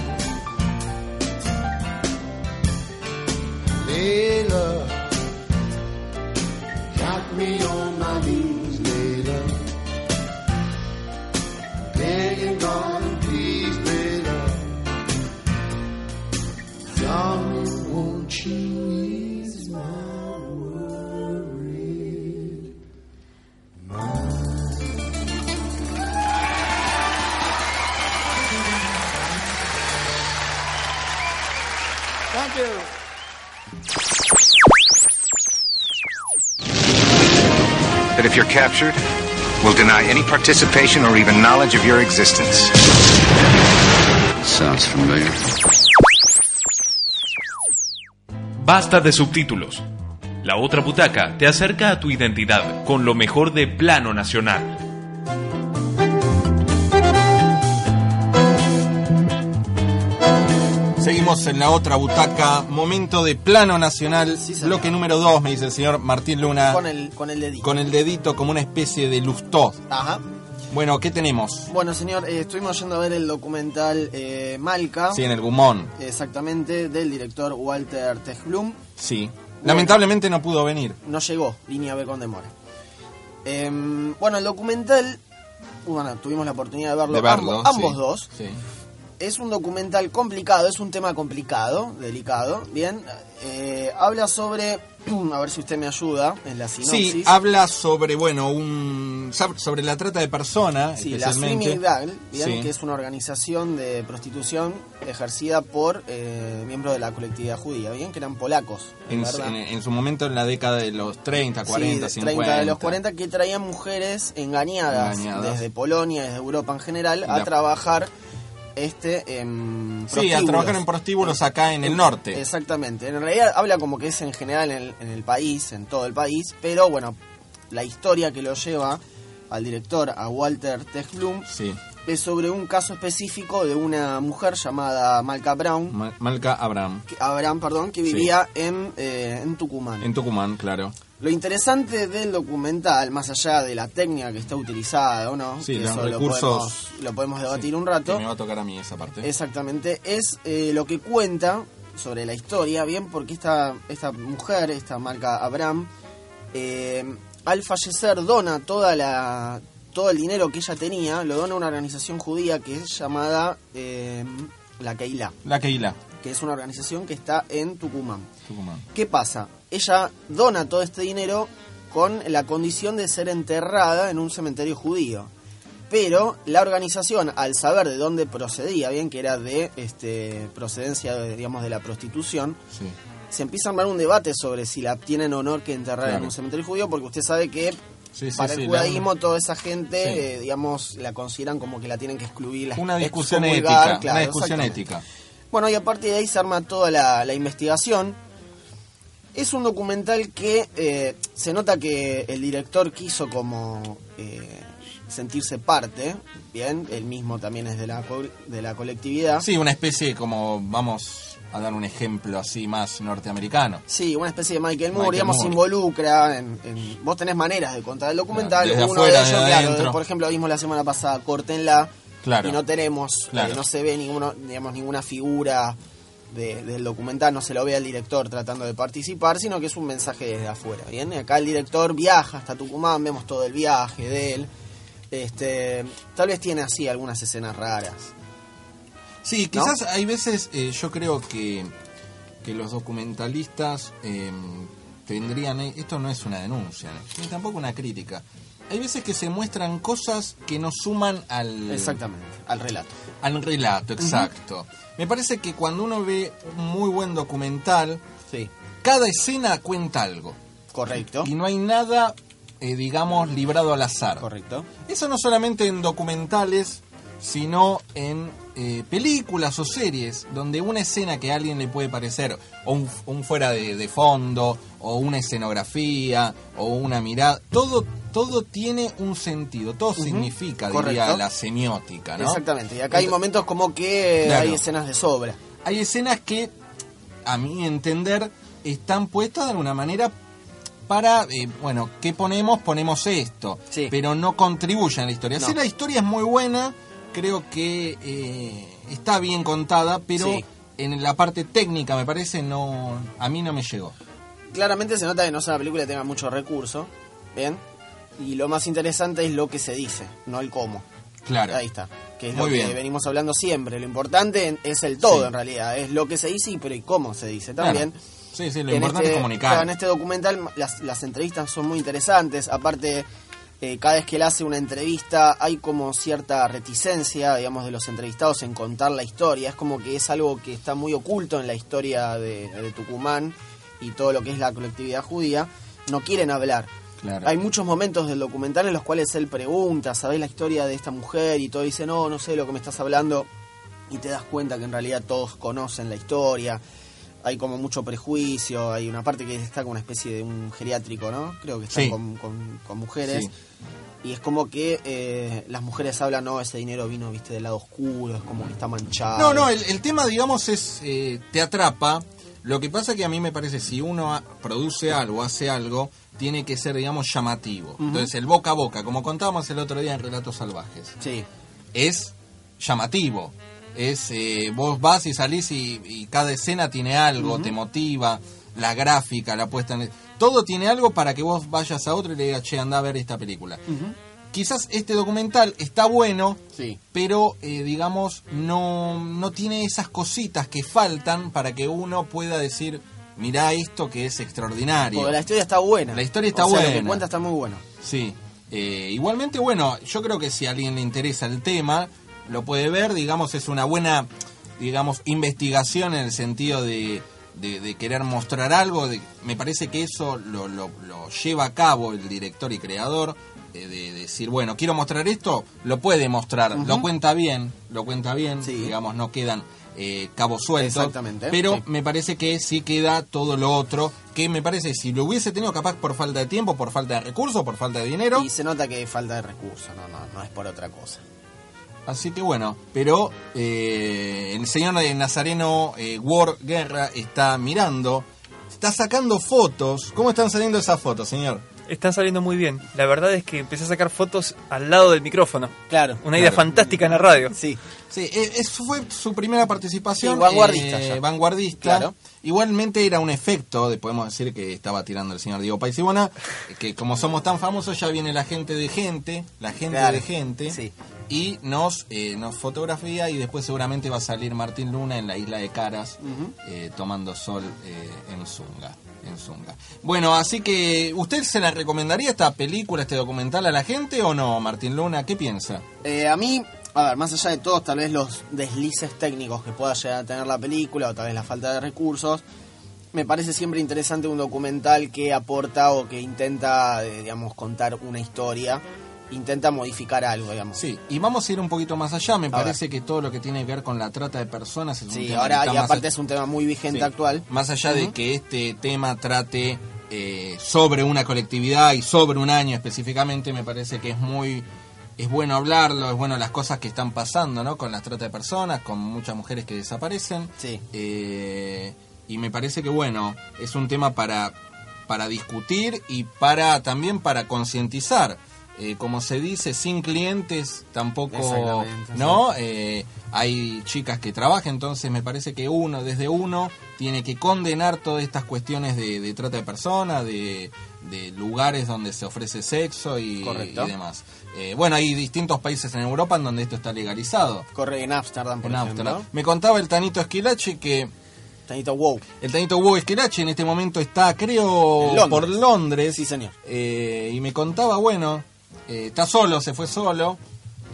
[SPEAKER 8] Leila. Got me on my knees, Leila. Begging God and please me Darling, won't you ease my worried
[SPEAKER 12] Thank you.
[SPEAKER 14] that if you're captured, will deny any participation or even knowledge of your existence.
[SPEAKER 15] Sounds familiar.
[SPEAKER 16] Basta de subtítulos. La otra butaca te acerca a tu identidad con lo mejor de plano nacional.
[SPEAKER 11] Seguimos en la otra butaca, momento de plano nacional, bloque número 2, me dice el señor Martín Luna,
[SPEAKER 12] Con el, con el dedito.
[SPEAKER 11] con el dedito como una especie de lustó.
[SPEAKER 12] Ajá.
[SPEAKER 11] Bueno, ¿qué tenemos?
[SPEAKER 12] Bueno, señor, eh, estuvimos yendo a ver el documental eh, Malca.
[SPEAKER 11] Sí, en el Gumón.
[SPEAKER 12] Exactamente, del director Walter Techblum.
[SPEAKER 11] Sí. Lamentablemente no pudo venir.
[SPEAKER 12] No llegó, línea B con demora. Em, bueno, el documental, uh, bueno, tuvimos la oportunidad de verlo,
[SPEAKER 11] De verlo,
[SPEAKER 12] ambos, ambos
[SPEAKER 11] sí.
[SPEAKER 12] dos.
[SPEAKER 11] Sí.
[SPEAKER 12] Es un documental complicado, es un tema complicado, delicado, bien. Eh, habla sobre, a ver si usted me ayuda en la sinopsis.
[SPEAKER 11] Sí, habla sobre, bueno, un sab- sobre la trata de personas,
[SPEAKER 12] Sí, la
[SPEAKER 11] especialmente.
[SPEAKER 12] Srimidal, bien,
[SPEAKER 11] Sí.
[SPEAKER 12] que es una organización de prostitución ejercida por eh, miembros de la colectividad judía, bien, que eran polacos.
[SPEAKER 11] en,
[SPEAKER 12] ¿verdad?
[SPEAKER 11] en- en su momento en la década de los 30,
[SPEAKER 12] Sí,
[SPEAKER 11] 40,
[SPEAKER 12] de
[SPEAKER 11] 50.
[SPEAKER 12] 30 de los 40 que traían mujeres engañadas,
[SPEAKER 11] Engañadas.
[SPEAKER 12] desde Polonia, desde Europa en general, a
[SPEAKER 11] La-
[SPEAKER 12] trabajar este en
[SPEAKER 11] Sí, a
[SPEAKER 12] prostíbulos.
[SPEAKER 11] trabajar en prostíbulos acá en el norte.
[SPEAKER 12] Exactamente. En realidad habla como que es en general en el, en el país, en todo el país, pero bueno, la historia que lo lleva al director, a Walter Techblum,
[SPEAKER 11] Sí.
[SPEAKER 12] es sobre un caso específico de una mujer llamada Malca Brown,
[SPEAKER 11] Ma- Malca Abraham.
[SPEAKER 12] que- Abraham, perdón, que
[SPEAKER 11] Sí.
[SPEAKER 12] vivía en, eh, en Tucumán.
[SPEAKER 11] En Tucumán, claro.
[SPEAKER 12] Lo interesante del documental, más allá de la técnica que está utilizada o no,
[SPEAKER 11] Sí,
[SPEAKER 12] que
[SPEAKER 11] los
[SPEAKER 12] eso
[SPEAKER 11] recursos-
[SPEAKER 12] lo podemos, lo podemos debatir un
[SPEAKER 11] Que
[SPEAKER 12] rato,
[SPEAKER 11] me va a tocar a mí esa parte.
[SPEAKER 12] exactamente, es eh, lo que cuenta sobre la historia, bien, porque esta, esta mujer, esta marca Abraham, eh, al fallecer dona toda la, todo el dinero que ella tenía, lo dona a una organización judía que es llamada eh, la Keilah,
[SPEAKER 11] La Keila,
[SPEAKER 12] que es una organización que está en Tucumán.
[SPEAKER 11] Tucumán.
[SPEAKER 12] ¿Qué pasa? Ella dona todo este dinero con la condición de ser enterrada en un cementerio judío. Pero la organización, al saber de dónde procedía, bien que era de este, procedencia, de, digamos, de la prostitución,
[SPEAKER 11] Sí.
[SPEAKER 12] se empieza a armar un debate sobre si la tienen o no que enterrar en
[SPEAKER 11] Claro.
[SPEAKER 12] un cementerio judío, porque usted sabe que
[SPEAKER 11] Sí, sí, sí,
[SPEAKER 12] para el
[SPEAKER 11] la-
[SPEAKER 12] judaísmo toda esa gente,
[SPEAKER 11] Sí.
[SPEAKER 12] eh, digamos, la consideran como que la tienen que excluir. La
[SPEAKER 11] Una discusión
[SPEAKER 12] excomulgar,
[SPEAKER 11] ética.
[SPEAKER 12] claro,
[SPEAKER 11] una discusión
[SPEAKER 12] exactamente.
[SPEAKER 11] ética.
[SPEAKER 12] Bueno, y aparte de ahí se arma toda la, la investigación. Es un documental que eh, se nota que el director quiso como eh, sentirse parte, bien, él mismo también es de la, co- de la colectividad.
[SPEAKER 11] Sí, una especie como, vamos a dar un ejemplo así más norteamericano.
[SPEAKER 12] Sí, una especie de Michael Moore,
[SPEAKER 11] Michael
[SPEAKER 12] digamos, se
[SPEAKER 11] Moore.
[SPEAKER 12] involucra. En, en- vos tenés maneras de contar el documental.
[SPEAKER 11] Claro, desde
[SPEAKER 12] uno
[SPEAKER 11] afuera,
[SPEAKER 12] de ellos,
[SPEAKER 11] desde
[SPEAKER 12] claro,
[SPEAKER 11] adentro.
[SPEAKER 12] por ejemplo, vimos la semana pasada, cortenla.
[SPEAKER 11] Claro.
[SPEAKER 12] Y no tenemos,
[SPEAKER 11] Claro.
[SPEAKER 12] eh, no se ve ninguno, digamos, ninguna figura de- del documental, no se lo ve al director tratando de participar, sino que es un mensaje desde afuera. Bien, Y acá el director viaja hasta Tucumán, vemos todo el viaje de él. Este, tal vez tiene así algunas escenas raras.
[SPEAKER 11] Sí,
[SPEAKER 12] ¿No?
[SPEAKER 11] quizás hay veces eh, yo creo que, que los documentalistas eh, tendrían... eh, Esto no es una denuncia, ni tampoco una crítica. Hay veces que se muestran cosas que nos suman al...
[SPEAKER 12] Exactamente, al relato.
[SPEAKER 11] Al relato,
[SPEAKER 12] Ujú.
[SPEAKER 11] exacto. Me parece que cuando uno ve un muy buen documental, cada escena cuenta algo.
[SPEAKER 12] Correcto.
[SPEAKER 11] Y no hay nada, eh, digamos, librado al azar.
[SPEAKER 12] Correcto.
[SPEAKER 11] Eso no solamente en documentales, sino en eh, películas o series donde una escena que a alguien le puede parecer, o un, un fuera de, de fondo, o una escenografía, o una mirada, todo, todo tiene un sentido, todo significa, diría
[SPEAKER 12] correcto.
[SPEAKER 11] la semiótica, ¿no?
[SPEAKER 12] Exactamente. Y acá hay
[SPEAKER 11] Ent-
[SPEAKER 12] momentos como que
[SPEAKER 11] Claro.
[SPEAKER 12] hay escenas de sobra.
[SPEAKER 11] Hay escenas que, a mi entender, están puestas de alguna manera para, eh, bueno, ¿qué ponemos? Ponemos esto, pero no contribuyen a la historia.
[SPEAKER 12] No.
[SPEAKER 11] Si la historia es muy buena, creo que eh, está bien contada, pero
[SPEAKER 12] Sí.
[SPEAKER 11] en la parte técnica, me parece, no a mí no me llegó.
[SPEAKER 12] Claramente se nota que no es una película que tenga mucho recurso. ¿Bien? Y lo más interesante es lo que se dice, no el cómo.
[SPEAKER 11] Claro.
[SPEAKER 12] Ahí está. Que es
[SPEAKER 11] Muy
[SPEAKER 12] lo
[SPEAKER 11] bien.
[SPEAKER 12] que venimos hablando siempre. Lo importante en- es el todo,
[SPEAKER 11] Sí.
[SPEAKER 12] en realidad. Es lo que se dice y, pero y cómo se dice también.
[SPEAKER 11] Claro. Sí, sí, lo
[SPEAKER 12] En
[SPEAKER 11] importante
[SPEAKER 12] este-
[SPEAKER 11] es comunicar.
[SPEAKER 12] claro, en este documental las, las entrevistas son muy interesantes. Aparte, eh, cada vez que él hace una entrevista hay como cierta reticencia, digamos, de los entrevistados en contar la historia. Es como que es algo que está muy oculto en la historia de, de Tucumán y todo lo que es la colectividad judía. No quieren hablar.
[SPEAKER 11] Claro.
[SPEAKER 12] Hay muchos momentos del documental en los cuales él pregunta, ¿sabés la historia de esta mujer? Y todo dice, no, no sé lo que me estás hablando. Y te das cuenta que en realidad todos conocen la historia. Hay como mucho prejuicio, hay una parte que está con una especie de un geriátrico, ¿no? Creo que están
[SPEAKER 11] Sí.
[SPEAKER 12] con, con- con mujeres.
[SPEAKER 11] Sí.
[SPEAKER 12] Y es como que eh, las mujeres hablan, no, ese dinero vino, viste, del lado oscuro, es como que está manchado.
[SPEAKER 11] No, no, el, el tema, digamos, es. eh, te atrapa. Lo que pasa que a mí me parece, si uno ha- produce algo, hace algo, tiene que ser, digamos, llamativo.
[SPEAKER 12] Ujú.
[SPEAKER 11] Entonces, el boca a boca, como contábamos el otro día en Relatos Salvajes.
[SPEAKER 12] Sí.
[SPEAKER 11] Es llamativo. Es. eh, vos vas y salís y, y cada escena tiene algo,
[SPEAKER 12] Ujú.
[SPEAKER 11] te motiva, la gráfica, la puesta en. el- Todo tiene algo para que vos vayas a otro y le digas, che, anda a ver esta película quizás este documental está bueno, pero eh, digamos, no, no tiene esas cositas que faltan para que uno pueda decir, mirá esto que es extraordinario.
[SPEAKER 12] Porque la historia está buena.
[SPEAKER 11] La historia está
[SPEAKER 12] O sea,
[SPEAKER 11] buena.
[SPEAKER 12] Lo que cuenta está muy bueno.
[SPEAKER 11] Sí. Eh, igualmente, bueno, yo creo que si a alguien le interesa el tema, lo puede ver, digamos, es una buena, digamos, investigación en el sentido de, de- de querer mostrar algo. de- me parece que eso lo, lo- lo lleva a cabo el director y creador, eh, de decir, bueno, quiero mostrar esto, lo puede mostrar,
[SPEAKER 12] Ujú.
[SPEAKER 11] lo cuenta bien, lo cuenta bien, digamos, no quedan eh, cabos sueltos.
[SPEAKER 12] Exactamente.
[SPEAKER 11] Pero
[SPEAKER 12] Sí.
[SPEAKER 11] me parece que sí queda todo lo otro, que me parece si lo hubiese tenido capaz por falta de tiempo, por falta de recursos, por falta de dinero.
[SPEAKER 12] Y se nota que hay falta de recursos, no, no, no es por otra cosa.
[SPEAKER 11] Así que bueno, pero eh, el señor de Nazareno eh, War Guerra está mirando, está sacando fotos. ¿Cómo están saliendo esas fotos, señor?
[SPEAKER 15] Están saliendo muy bien. La verdad es que empecé a sacar fotos al lado del micrófono.
[SPEAKER 12] Claro.
[SPEAKER 15] Una idea
[SPEAKER 11] Claro.
[SPEAKER 15] fantástica en la radio.
[SPEAKER 12] Sí.
[SPEAKER 11] Sí, eh, es- fue su primera participación.
[SPEAKER 12] Sí, vanguardista
[SPEAKER 11] eh,
[SPEAKER 12] ya.
[SPEAKER 11] vanguardista.
[SPEAKER 12] Claro.
[SPEAKER 11] Igualmente era un efecto, de, podemos decir, que estaba tirando el señor Diego Paisibona, que como somos tan famosos ya viene la gente de gente, la gente
[SPEAKER 12] Claro.
[SPEAKER 11] de gente, y nos, eh, nos fotografía y después seguramente va a salir Martín Luna en la isla de Caras eh, tomando sol eh, en Zunga. En Zunga. Bueno, así que, ¿usted se la recomendaría esta película, este documental a la gente o no, Martín Luna? ¿Qué piensa?
[SPEAKER 12] Eh, a mí, a ver, más allá de todos, tal vez los deslices técnicos que pueda llegar a tener la película o tal vez la falta de recursos, me parece siempre interesante un documental que aporta o que intenta, eh, digamos, contar una historia, intenta modificar algo, digamos.
[SPEAKER 11] Sí, y vamos a ir un poquito más allá. Me
[SPEAKER 12] A
[SPEAKER 11] parece que todo lo que tiene que ver con la trata de personas es un
[SPEAKER 12] Sí,
[SPEAKER 11] tema que
[SPEAKER 12] ahora,
[SPEAKER 11] está
[SPEAKER 12] y
[SPEAKER 11] más
[SPEAKER 12] aparte
[SPEAKER 11] allá-
[SPEAKER 12] es un tema muy vigente
[SPEAKER 11] Sí.
[SPEAKER 12] actual.
[SPEAKER 11] Más allá de
[SPEAKER 12] Ujú.
[SPEAKER 11] que este tema trate eh, sobre una colectividad y sobre un año específicamente, me parece que es muy. Es bueno hablarlo, es bueno las cosas que están pasando, ¿no? Con las trata de personas, con muchas mujeres que desaparecen.
[SPEAKER 12] Sí.
[SPEAKER 11] Eh, y me parece que, bueno, es un tema para, para discutir y para también para concientizar. Eh, como se dice, sin clientes tampoco,
[SPEAKER 12] Exactamente,
[SPEAKER 11] ¿no? Eh, hay chicas que trabajan, entonces me parece que uno, desde uno, tiene que condenar todas estas cuestiones de, de trata de personas, de, de lugares donde se ofrece sexo y,
[SPEAKER 12] Correcto.
[SPEAKER 11] y demás. Eh, bueno, hay distintos países en Europa en donde esto está legalizado.
[SPEAKER 12] Corre en Ámsterdam, por
[SPEAKER 11] En
[SPEAKER 12] ejemplo.
[SPEAKER 11] Ámsterdam. Me contaba el Tanito Esquilache que...
[SPEAKER 12] Tanito Wow.
[SPEAKER 11] El Tanito Wow Esquilache en este momento está, creo,
[SPEAKER 12] En Londres.
[SPEAKER 11] por Londres.
[SPEAKER 12] Sí, señor.
[SPEAKER 11] Eh, y me contaba, bueno, eh, está solo, se fue solo,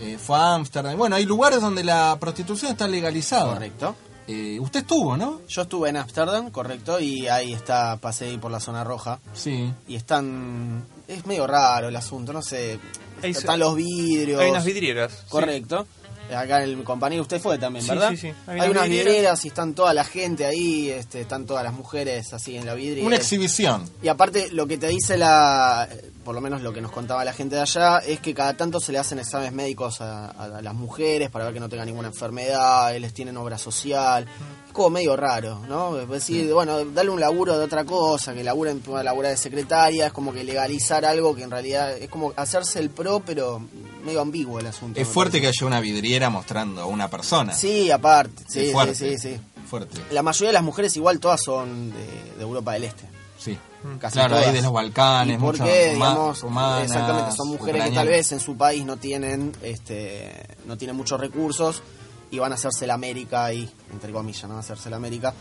[SPEAKER 11] eh, fue a Ámsterdam. Bueno, hay lugares donde la prostitución está legalizada. Eh,
[SPEAKER 12] Correcto.
[SPEAKER 11] usted estuvo, ¿no?
[SPEAKER 12] Yo estuve en Ámsterdam, correcto, y ahí está, pasé ahí por la zona roja.
[SPEAKER 11] Sí.
[SPEAKER 12] Y están... Es medio raro el asunto, no sé.
[SPEAKER 15] Ahí se-
[SPEAKER 12] están los vidrios.
[SPEAKER 15] Hay unas vidrieras. sí.
[SPEAKER 12] Correcto. Acá el compañero usted fue también,
[SPEAKER 15] Sí,
[SPEAKER 12] ¿verdad?
[SPEAKER 15] sí, sí.
[SPEAKER 12] Hay,
[SPEAKER 15] Hay unas
[SPEAKER 12] unas
[SPEAKER 15] vidrieras.
[SPEAKER 12] vidrieras y están toda la gente ahí, este, están todas las mujeres así en la vidriera.
[SPEAKER 11] Una exhibición.
[SPEAKER 12] Y aparte, lo que te dice la. Por lo menos lo que nos contaba la gente de allá, es que cada tanto se le hacen exámenes médicos a, a- a las mujeres para ver que no tengan ninguna enfermedad, y les tienen obra social. Es como medio raro, ¿no? Es decir, bueno, darle un laburo de otra cosa, que laburen, pueda laburar de secretaria, es como que legalizar algo que en realidad es como hacerse el pro, pero medio ambiguo el asunto.
[SPEAKER 11] Es
[SPEAKER 12] me
[SPEAKER 11] fuerte
[SPEAKER 12] parece.
[SPEAKER 11] que haya una vidriera mostrando a una persona.
[SPEAKER 12] Sí, aparte.
[SPEAKER 11] Es
[SPEAKER 12] Sí,
[SPEAKER 11] fuerte.
[SPEAKER 12] sí, sí, sí.
[SPEAKER 11] Fuerte.
[SPEAKER 12] La mayoría de las mujeres igual todas son de, de Europa del Este.
[SPEAKER 11] Sí.
[SPEAKER 12] Casi
[SPEAKER 11] claro,
[SPEAKER 12] todas.
[SPEAKER 11] ahí de los Balcanes,
[SPEAKER 12] ¿Y por
[SPEAKER 11] muchas
[SPEAKER 12] qué,
[SPEAKER 11] ruma-
[SPEAKER 12] digamos,
[SPEAKER 11] rumanas,
[SPEAKER 12] exactamente, son mujeres que
[SPEAKER 11] ucranianas.
[SPEAKER 12] tal vez en su país no tienen este no tienen muchos recursos y van a hacerse la América ahí, entre comillas, no van a hacerse la América,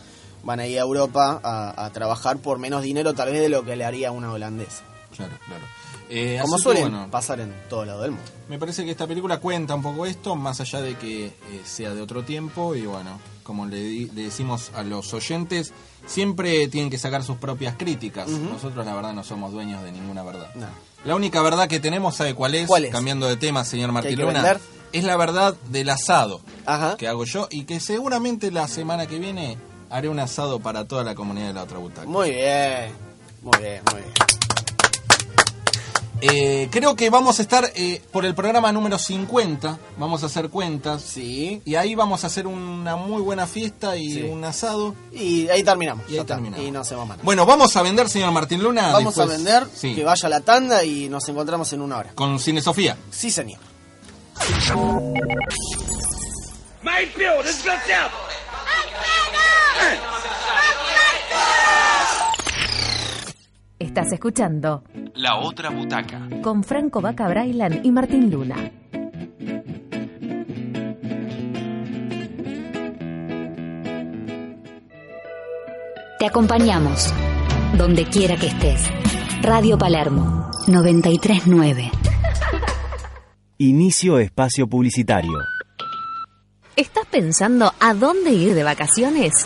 [SPEAKER 12] van a ir a Europa a, a trabajar por menos dinero tal vez de lo que le haría una holandesa.
[SPEAKER 11] Claro, claro. Eh,
[SPEAKER 12] Como
[SPEAKER 11] así que,
[SPEAKER 12] suelen
[SPEAKER 11] bueno.
[SPEAKER 12] pasar en todo lado del mundo.
[SPEAKER 11] Me parece que esta película cuenta un poco esto, más allá de que eh, sea de otro tiempo. Y bueno, como le, di- le decimos a los oyentes, siempre tienen que sacar sus propias críticas.
[SPEAKER 12] Ujú.
[SPEAKER 11] Nosotros, la verdad, no somos dueños de ninguna verdad.
[SPEAKER 12] No.
[SPEAKER 11] La única verdad que tenemos, ¿sabe cuál es?
[SPEAKER 12] ¿Cuál es?
[SPEAKER 11] Cambiando de tema, señor
[SPEAKER 12] hay que
[SPEAKER 11] Martiluna.
[SPEAKER 12] vender?
[SPEAKER 11] Es la verdad del asado que hago yo y que seguramente la semana que viene haré un asado para toda la comunidad de la otra butaca.
[SPEAKER 12] Muy bien. Muy bien, muy bien.
[SPEAKER 11] Eh, creo que vamos a estar eh, por el programa número 50. Vamos a hacer cuentas.
[SPEAKER 12] Sí.
[SPEAKER 11] Y ahí vamos a hacer una muy buena fiesta y un asado.
[SPEAKER 12] Y ahí terminamos.
[SPEAKER 11] Y ahí terminamos.
[SPEAKER 12] Y no hacemos más. nada.
[SPEAKER 11] Bueno, vamos a vender, señor Martín Luna.
[SPEAKER 12] Vamos
[SPEAKER 11] después-
[SPEAKER 12] a vender,
[SPEAKER 11] Sí,
[SPEAKER 12] que vaya la tanda y nos encontramos en una hora.
[SPEAKER 11] con Cine Sofía.
[SPEAKER 12] Sí, señor.
[SPEAKER 2] ¡Mayfield, desgraciado!
[SPEAKER 6] Estás escuchando
[SPEAKER 16] La otra butaca.
[SPEAKER 6] con Franco Vaca Brailan y Martín Luna.
[SPEAKER 10] Te acompañamos, donde quiera que estés. Radio Palermo 939.
[SPEAKER 1] Inicio espacio publicitario.
[SPEAKER 6] ¿Estás pensando a dónde ir de vacaciones?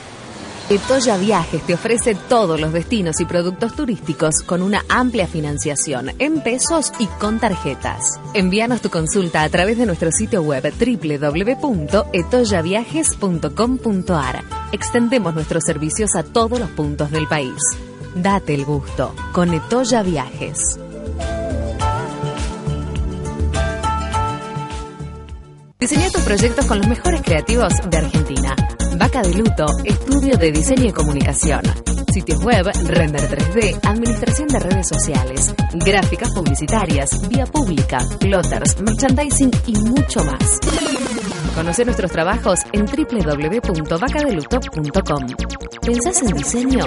[SPEAKER 6] Etoya Viajes te ofrece todos los destinos y productos turísticos con una amplia financiación en pesos y con tarjetas. Envíanos tu consulta a través de nuestro sitio web www.etoyaviajes.com.ar. Extendemos nuestros servicios a todos los puntos del país. Date el gusto con Etoya Viajes. Diseña tus proyectos con los mejores creativos de Argentina. Vaca de Luto, estudio de diseño y comunicación. Sitios web, render 3D, administración de redes sociales, gráficas publicitarias, vía pública, plotters, merchandising y mucho más. Conoce nuestros trabajos en www.vacadeluto.com. ¿Pensás en diseño?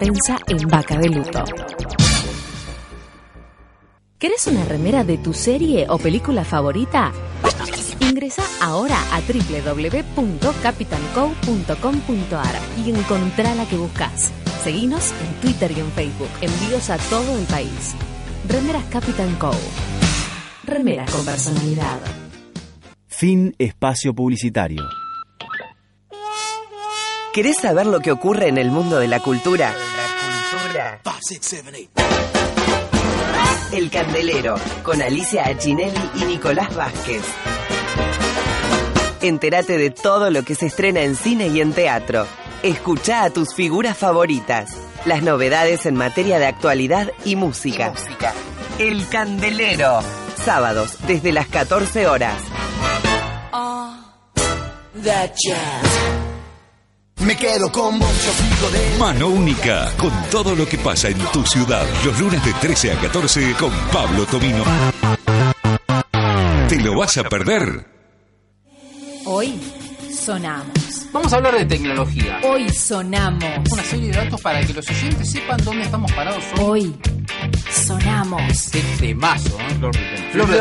[SPEAKER 6] Pensa en Vaca de Luto. ¿Querés una remera de tu serie o película favorita? Ingresa ahora a www.capitanco.com.ar y encontrá la que buscas. Seguinos en Twitter y en Facebook. Envíos a todo el país. Remeras Capitan Co. Remeras con personalidad.
[SPEAKER 1] Fin espacio publicitario.
[SPEAKER 5] ¿Querés saber lo que ocurre en el mundo de la cultura? El Candelero, con Alicia Achinelli y Nicolás Vázquez. Entérate de todo lo que se estrena en cine y en teatro. Escucha a tus figuras favoritas. Las novedades en materia de actualidad y música. El Candelero. Sábados, desde las 14 horas.
[SPEAKER 8] Me quedo con vos, yo sigo de
[SPEAKER 17] Mano Única, con todo lo que pasa en tu ciudad. Los lunes de 13 a 14 con Pablo Tomino. ¿Te lo vas a perder?
[SPEAKER 6] Hoy sonamos.
[SPEAKER 7] Vamos a hablar de tecnología.
[SPEAKER 6] Hoy sonamos.
[SPEAKER 7] Una serie de datos para que los oyentes sepan dónde estamos parados
[SPEAKER 6] Hoy sonamos.
[SPEAKER 7] Qué temazo, ¿eh? Flor de tema. Flor de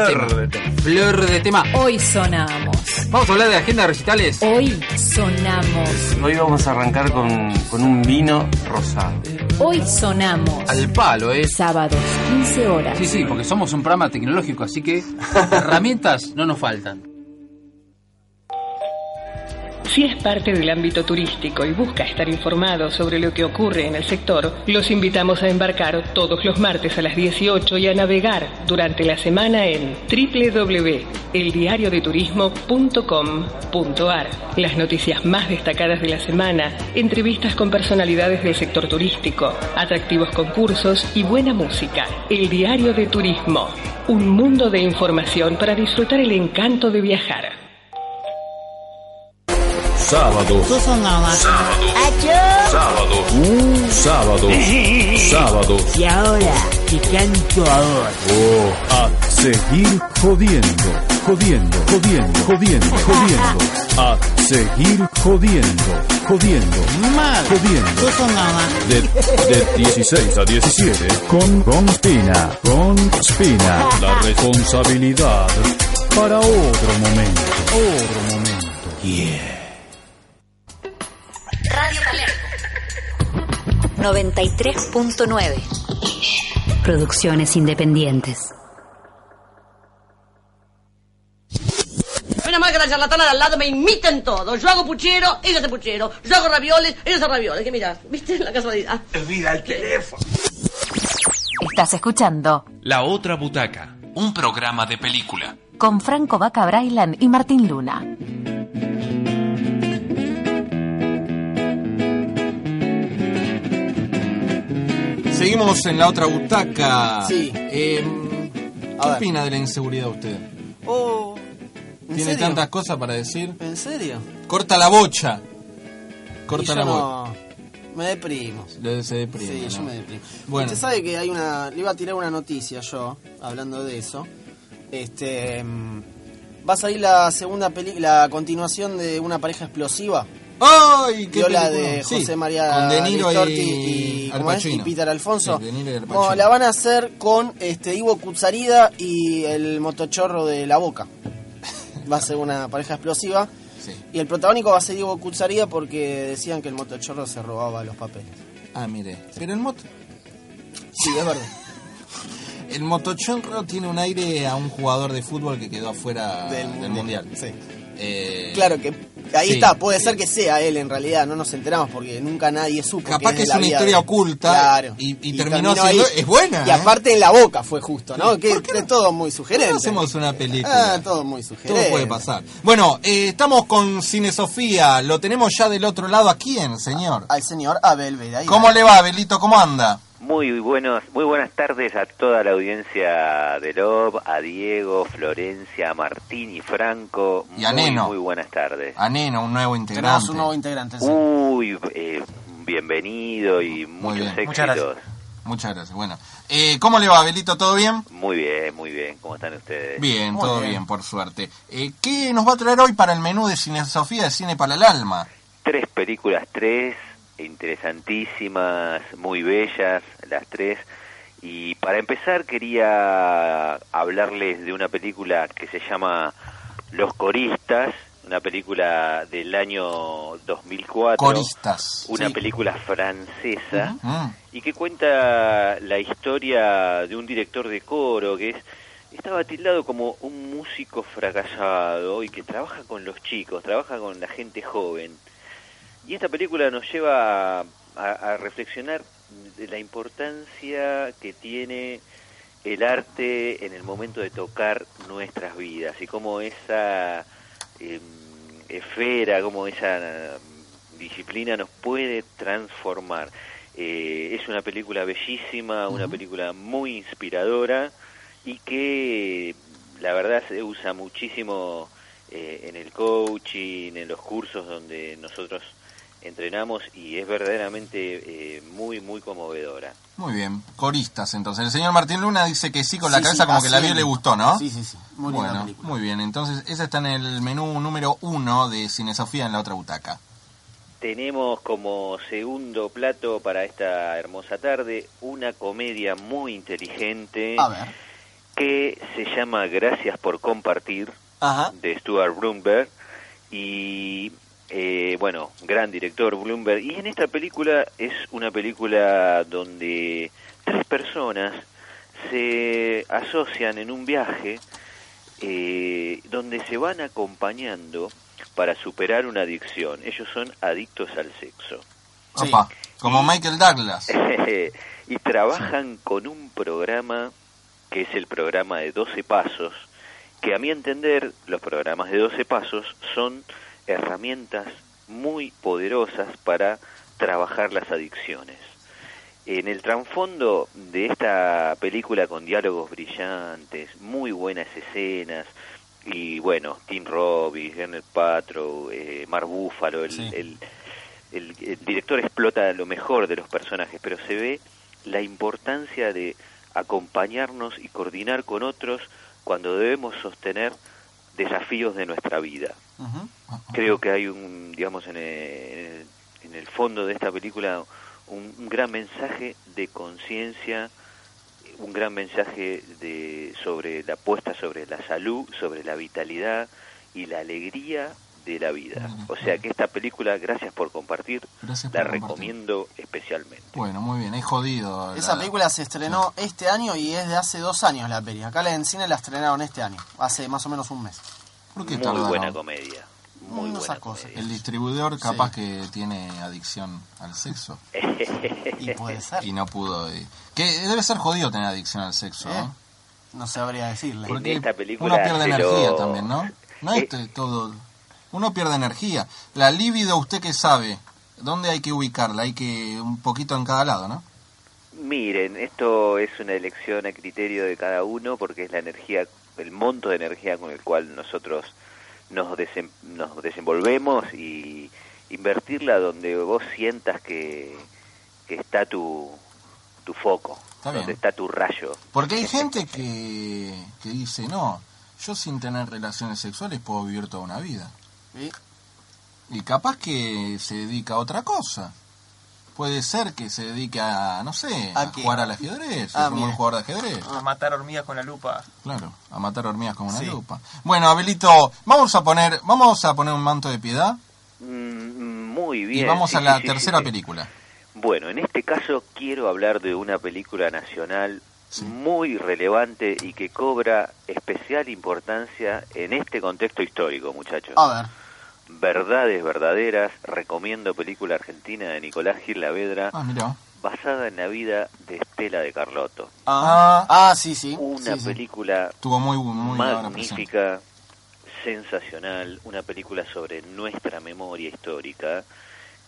[SPEAKER 7] tema. Flor de tema.
[SPEAKER 6] Hoy sonamos.
[SPEAKER 7] Vamos a hablar de agenda de recitales.
[SPEAKER 6] Hoy sonamos.
[SPEAKER 9] Hoy vamos a arrancar con, con un vino rosado.
[SPEAKER 6] Hoy sonamos.
[SPEAKER 7] Al palo, ¿eh?
[SPEAKER 6] Sábados, 15 horas.
[SPEAKER 7] Sí, sí, porque somos un programa tecnológico, así que herramientas no nos faltan.
[SPEAKER 18] Si es parte del ámbito turístico y busca estar informado sobre lo que ocurre en el sector, los invitamos a embarcar todos los martes a las 18 y a navegar durante la semana en www.eldiariodeturismo.com.ar. Las noticias más destacadas de la semana, entrevistas con personalidades del sector turístico, atractivos concursos y buena música. El Diario de Turismo, un mundo de información para disfrutar el encanto de viajar.
[SPEAKER 19] Sábado. Sábado. Sábado. Uh, Sábado. Sábado.
[SPEAKER 20] Y ahora te canto a vos.
[SPEAKER 19] Oh, a seguir jodiendo. Jodiendo, jodiendo, jodiendo, jodiendo. A seguir jodiendo. Jodiendo.
[SPEAKER 20] Mal.
[SPEAKER 19] Jodiendo.
[SPEAKER 20] Eso nada.
[SPEAKER 19] De, de 16 a 17 con Conspina. Conspina. La responsabilidad para otro momento. Otro momento. Yeah.
[SPEAKER 10] Radio Palermo. 93.9. Producciones independientes.
[SPEAKER 21] Menos mal que la charlatana de al lado me imiten todo. Yo hago puchero, ellos hacen puchero. Yo hago ravioles, ellos hacen ravioles. Que mira, viste la casualidad.
[SPEAKER 2] Mira el teléfono.
[SPEAKER 6] Estás escuchando
[SPEAKER 16] La otra butaca, un programa de película.
[SPEAKER 6] con Franco Vaca Brailan y Martín Luna.
[SPEAKER 11] Seguimos en la otra butaca.
[SPEAKER 12] Sí.
[SPEAKER 11] Em, ¿Qué
[SPEAKER 12] A ver.
[SPEAKER 11] opina de la inseguridad usted?
[SPEAKER 12] Oh, ¿en
[SPEAKER 11] Tiene
[SPEAKER 12] serio?
[SPEAKER 11] tantas cosas para decir.
[SPEAKER 12] ¿En serio?
[SPEAKER 11] Corta la bocha. Corta
[SPEAKER 12] Y
[SPEAKER 11] la
[SPEAKER 12] yo
[SPEAKER 11] bocha.
[SPEAKER 12] no, Me deprimo.
[SPEAKER 11] Le- Se deprime.
[SPEAKER 12] Sí,
[SPEAKER 11] ¿no?
[SPEAKER 12] yo me deprimo.
[SPEAKER 11] Bueno,
[SPEAKER 12] Usted sabe que hay una. Le iba a tirar una noticia yo, hablando de eso. Este. mm, Va a salir la segunda película, la continuación de Una pareja explosiva.
[SPEAKER 11] ¡Ay! qué
[SPEAKER 12] Vio la de
[SPEAKER 11] película.
[SPEAKER 12] José
[SPEAKER 11] Sí,
[SPEAKER 12] María
[SPEAKER 11] con De Niro
[SPEAKER 12] Listorti
[SPEAKER 11] y Al
[SPEAKER 12] ¿cómo es?
[SPEAKER 11] Pacino.
[SPEAKER 12] y Peter Alfonso.
[SPEAKER 11] Sí, De Niro y Al
[SPEAKER 12] Bueno,
[SPEAKER 11] Pacino.
[SPEAKER 12] la van a hacer con este Ivo Kutsarida y el motochorro de la boca. Va a ser una pareja explosiva. Y el protagónico va a ser Ivo Kutsarida porque decían que el motochorro se robaba los papeles.
[SPEAKER 11] Ah, mire. Pero el moto. Sí, es verdad. El motochorro tiene un aire a un jugador de fútbol que quedó afuera del, mundial.
[SPEAKER 12] Sí.
[SPEAKER 11] Eh,
[SPEAKER 12] Claro que ahí
[SPEAKER 11] sí.
[SPEAKER 12] está, puede ser que sea él en realidad, no nos enteramos porque nunca nadie supo.
[SPEAKER 11] Capaz
[SPEAKER 12] quién
[SPEAKER 11] que es
[SPEAKER 12] la
[SPEAKER 11] una
[SPEAKER 12] vida
[SPEAKER 11] historia
[SPEAKER 12] de-
[SPEAKER 11] oculta
[SPEAKER 12] Claro.
[SPEAKER 11] y, y
[SPEAKER 12] Y
[SPEAKER 11] terminó
[SPEAKER 12] terminó ahí.
[SPEAKER 11] siendo... Es buena.
[SPEAKER 12] Y
[SPEAKER 11] ¿eh?
[SPEAKER 12] aparte en la boca fue justo, ¿no? Que es todo muy
[SPEAKER 11] ¿Por qué
[SPEAKER 12] sugerente.
[SPEAKER 11] no hacemos una película.
[SPEAKER 12] Ah, todo muy
[SPEAKER 11] Todo
[SPEAKER 12] sugerente.
[SPEAKER 11] puede pasar. Bueno, eh, estamos con Cine Sofía. Lo tenemos ya del otro lado. ¿A quién, señor?
[SPEAKER 12] Al señor Abel Veray.
[SPEAKER 11] ¿Cómo le va, Abelito? ¿Cómo anda?
[SPEAKER 22] Muy buenos, muy buenas tardes a toda la audiencia de Love, a Diego, Florencia, a Martín y Franco.
[SPEAKER 11] Y a
[SPEAKER 22] muy,
[SPEAKER 11] Neno.
[SPEAKER 22] Muy buenas tardes.
[SPEAKER 11] A Neno, un nuevo
[SPEAKER 12] Tenemos
[SPEAKER 11] integrante.
[SPEAKER 12] un nuevo integrante. sí.
[SPEAKER 22] Uy, eh, bienvenido y
[SPEAKER 11] Muy
[SPEAKER 22] muchos
[SPEAKER 11] bien. Muchas
[SPEAKER 22] éxitos.
[SPEAKER 11] Muchas gracias. Bueno, eh, ¿cómo le va, Abelito? ¿Todo bien?
[SPEAKER 22] Muy bien, muy bien. ¿Cómo están ustedes?
[SPEAKER 11] Bien, todo bien. por suerte. Eh, ¿Qué nos va a traer hoy para el menú de Cine Sofía de Cine para el Alma?
[SPEAKER 22] Tres películas, tres interesantísimas, muy bellas, las tres. Y para empezar quería hablarles de una película que se llama Los Coristas, una película del año 2004.
[SPEAKER 11] Coristas,
[SPEAKER 22] Una
[SPEAKER 11] sí.
[SPEAKER 22] película francesa
[SPEAKER 11] Mm.
[SPEAKER 22] y que cuenta la historia de un director de coro que es estaba tildado como un músico fracasado y que trabaja con los chicos, trabaja con la gente joven. Y esta película nos lleva a, a reflexionar de la importancia que tiene el arte en el momento de tocar nuestras vidas y cómo esa eh, esfera, cómo esa disciplina nos puede transformar. Eh, es una película bellísima, una película muy inspiradora y que la verdad se usa muchísimo eh, en el coaching, en los cursos donde nosotros entrenamos y es verdaderamente eh, muy, muy conmovedora.
[SPEAKER 11] Muy bien, coristas entonces. El señor Martín Luna dice que sí con la
[SPEAKER 22] Sí,
[SPEAKER 11] cabeza
[SPEAKER 22] sí,
[SPEAKER 11] como que la vio y
[SPEAKER 22] haciendo.
[SPEAKER 11] le gustó, ¿no?
[SPEAKER 22] Sí,
[SPEAKER 12] sí, sí.
[SPEAKER 22] Muy linda
[SPEAKER 11] bueno,
[SPEAKER 22] película.
[SPEAKER 11] muy bien. Entonces, esa está en el menú número uno de Cine Sofía en la otra butaca.
[SPEAKER 22] Tenemos como segundo plato para esta hermosa tarde una comedia muy inteligente que se llama Gracias por compartir
[SPEAKER 12] Ajá.
[SPEAKER 22] de Stuart Bloomberg y eh, bueno, gran director Bloomberg y en esta película es una película donde tres personas se asocian en un viaje eh, donde se van acompañando para superar una adicción. Ellos son adictos al sexo.
[SPEAKER 11] Sí, como Michael Douglas.
[SPEAKER 22] y trabajan con un programa que es el programa de 12 pasos, que a mi entender los programas de 12 pasos son herramientas muy poderosas para trabajar las adicciones. En el trasfondo de esta película con diálogos brillantes, muy buenas escenas, y bueno, Tim Robbins, Ernest Patrow, eh, Mar Búfalo, el, el- el- el director explota lo mejor de los personajes, pero se ve la importancia de acompañarnos y coordinar con otros cuando debemos sostener desafíos de nuestra vida. Creo que hay un, digamos, en el, en el fondo de esta película un, un gran mensaje de conciencia, un gran mensaje de, sobre la apuesta sobre la salud, sobre la vitalidad y la alegría de la vida. O sea que esta película, gracias por compartir,
[SPEAKER 11] Gracias por
[SPEAKER 22] la
[SPEAKER 11] compartir.
[SPEAKER 22] recomiendo especialmente.
[SPEAKER 11] Bueno, muy bien, es jodido. la-
[SPEAKER 12] Esa película se estrenó este año y es de hace dos años la peli. Acá la en cine la estrenaron este año, hace más o menos un mes.
[SPEAKER 11] ¿Por qué
[SPEAKER 22] Muy
[SPEAKER 11] tardaron?
[SPEAKER 22] buena comedia. Muy
[SPEAKER 12] Mm, Esas
[SPEAKER 22] buena
[SPEAKER 12] cosas.
[SPEAKER 11] El distribuidor capaz que tiene adicción al sexo.
[SPEAKER 12] Y puede ser.
[SPEAKER 11] Y no pudo. eh. Que debe ser jodido tener adicción al sexo,
[SPEAKER 12] ¿Eh?
[SPEAKER 11] ¿no?
[SPEAKER 12] No sabría decirle.
[SPEAKER 11] Porque
[SPEAKER 22] esta película Eh.
[SPEAKER 11] uno pierde
[SPEAKER 22] se
[SPEAKER 11] energía
[SPEAKER 22] lo-
[SPEAKER 11] también, ¿no? No es t- todo. Uno pierde energía. La libido, usted que sabe, ¿dónde hay que ubicarla? Hay que un poquito en cada lado, ¿no?
[SPEAKER 22] Miren, esto es una elección a criterio de cada uno porque es la energía, el monto de energía con el cual nosotros nos, desem- nos desenvolvemos y invertirla donde vos sientas que, que está tu, tu foco,
[SPEAKER 11] Está
[SPEAKER 22] donde
[SPEAKER 11] bien.
[SPEAKER 22] está tu rayo.
[SPEAKER 11] Porque hay gente que, que dice, no, yo sin tener relaciones sexuales puedo vivir toda una vida. Y capaz que se dedica a otra cosa. Puede ser que se dedique a, no sé,
[SPEAKER 15] ¿A
[SPEAKER 11] a,
[SPEAKER 15] qué?
[SPEAKER 11] jugar al ajedrez,
[SPEAKER 15] Ah,
[SPEAKER 11] es un buen
[SPEAKER 15] mira.
[SPEAKER 11] jugador de ajedrez.
[SPEAKER 22] Ah.
[SPEAKER 15] A matar hormigas con la lupa.
[SPEAKER 11] Claro, a matar hormigas con una
[SPEAKER 15] Sí.
[SPEAKER 11] lupa. Bueno, Abelito, vamos a poner, vamos a poner un manto de piedad
[SPEAKER 22] Mm, Muy
[SPEAKER 11] y
[SPEAKER 22] bien.
[SPEAKER 11] vamos
[SPEAKER 22] sí,
[SPEAKER 11] a la
[SPEAKER 22] sí, sí,
[SPEAKER 11] tercera
[SPEAKER 22] sí.
[SPEAKER 11] película.
[SPEAKER 22] Bueno, en este caso quiero hablar de una película nacional muy relevante y que cobra especial importancia en este contexto histórico, muchachos.
[SPEAKER 12] A ver.
[SPEAKER 22] Verdades verdaderas, recomiendo película argentina de Nicolás Gil Lavedra,
[SPEAKER 11] Ah, mira.
[SPEAKER 22] basada en la vida de Estela de Carlotto.
[SPEAKER 12] Ah, sí, sí.
[SPEAKER 22] Una
[SPEAKER 12] Sí, sí.
[SPEAKER 22] película
[SPEAKER 11] Tuvo muy, muy buena presentación.
[SPEAKER 22] magnífica, sensacional, una película sobre nuestra memoria histórica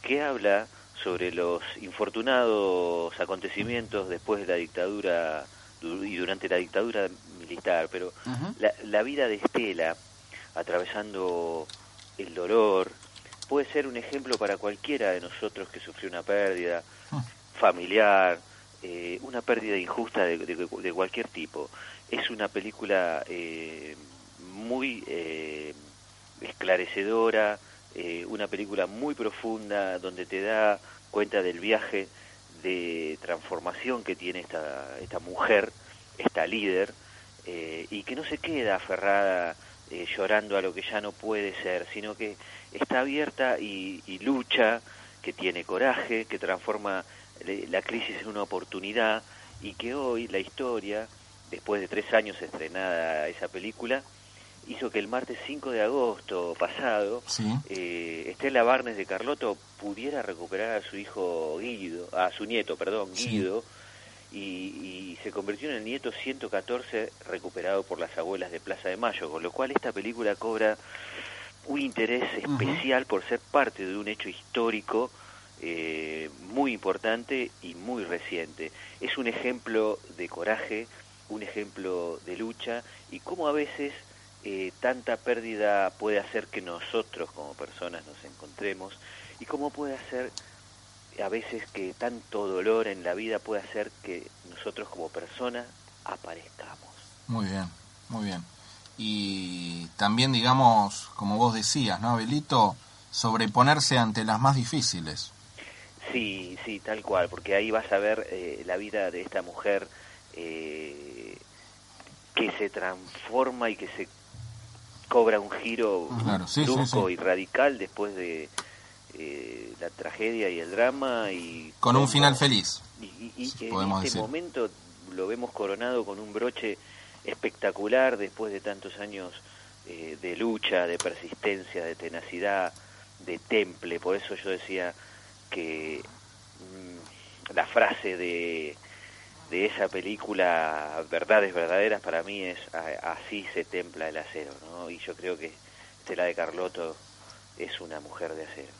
[SPEAKER 22] que habla sobre los infortunados acontecimientos después de la dictadura du- y durante la dictadura militar, pero la, la vida de Estela atravesando el dolor puede ser un ejemplo para cualquiera de nosotros que sufrió una pérdida familiar, eh, una pérdida injusta de, de- de cualquier tipo. Es una película eh, muy eh, esclarecedora, eh, una película muy profunda donde te da cuenta del viaje de transformación que tiene esta, esta mujer, esta líder, eh, y que no se queda aferrada eh, llorando a lo que ya no puede ser, sino que está abierta y, y lucha, que tiene coraje, que transforma le- la crisis en una oportunidad y que hoy la historia, después de tres años estrenada esa película, hizo que el martes 5 de agosto pasado
[SPEAKER 11] Sí.
[SPEAKER 22] eh, Estela Barnes de Carlotto pudiera recuperar a su hijo Guido, a su nieto, perdón,
[SPEAKER 11] Sí.
[SPEAKER 22] Guido, y, y se convirtió en el nieto 114 recuperado por las abuelas de Plaza de Mayo, con lo cual esta película cobra un interés
[SPEAKER 11] Ujú.
[SPEAKER 22] especial por ser parte de un hecho histórico eh, muy importante y muy reciente. Es un ejemplo de coraje, un ejemplo de lucha y cómo a veces eh, tanta pérdida puede hacer que nosotros como personas nos encontremos y cómo puede hacer a veces que tanto dolor en la vida puede hacer que nosotros como personas aparezcamos.
[SPEAKER 11] Muy bien, muy bien. Y también, digamos, como vos decías, ¿no, Abelito? Sobreponerse ante las más difíciles.
[SPEAKER 22] Sí, sí, tal cual, porque ahí vas a ver eh, la vida de esta mujer eh, que se transforma y que se cobra un giro
[SPEAKER 11] Claro, sí, sí,
[SPEAKER 22] brusco
[SPEAKER 11] sí.
[SPEAKER 22] y radical después de eh, la tragedia y el drama y
[SPEAKER 11] Con un
[SPEAKER 22] cómo-
[SPEAKER 11] final feliz.
[SPEAKER 22] y, y- y en
[SPEAKER 11] podemos
[SPEAKER 22] este
[SPEAKER 11] decir.
[SPEAKER 22] momento lo vemos coronado con un broche espectacular después de tantos años eh, de lucha, de persistencia, de tenacidad, de temple. Por eso yo decía que mm, la frase de, de esa película, Verdades Verdaderas, para mí es "A- así se templa el acero, ¿no? Y yo creo que Estela de Carlotto es una mujer de acero.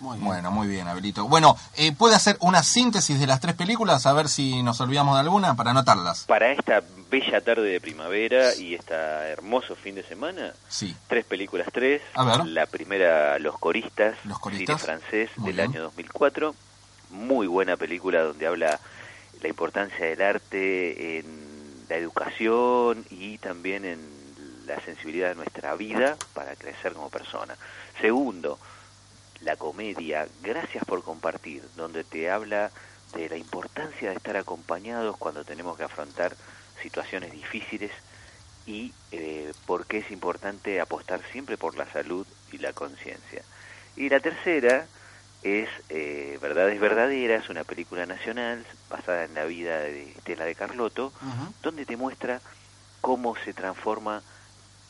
[SPEAKER 11] Bueno, muy bien, Abelito. Bueno, eh, ¿puede hacer una síntesis de las tres películas? A ver si nos olvidamos de alguna para anotarlas.
[SPEAKER 22] Para esta bella tarde de primavera y este hermoso fin de semana,
[SPEAKER 11] Sí.
[SPEAKER 22] tres películas, tres.
[SPEAKER 11] A ver.
[SPEAKER 22] La primera, Los Coristas, cine
[SPEAKER 11] Coristas.
[SPEAKER 22] francés
[SPEAKER 11] Muy
[SPEAKER 22] del
[SPEAKER 11] bien.
[SPEAKER 22] año 2004. Muy buena película donde habla la importancia del arte en la educación y también en la sensibilidad de nuestra vida para crecer como persona. Segundo, la comedia Gracias por compartir, donde te habla de la importancia de estar acompañados cuando tenemos que afrontar situaciones difíciles y eh, por qué es importante apostar siempre por la salud y la conciencia. Y la tercera es eh, Verdades Verdaderas, una película nacional basada en la vida de Estela de Carlotto, donde te muestra cómo se transforma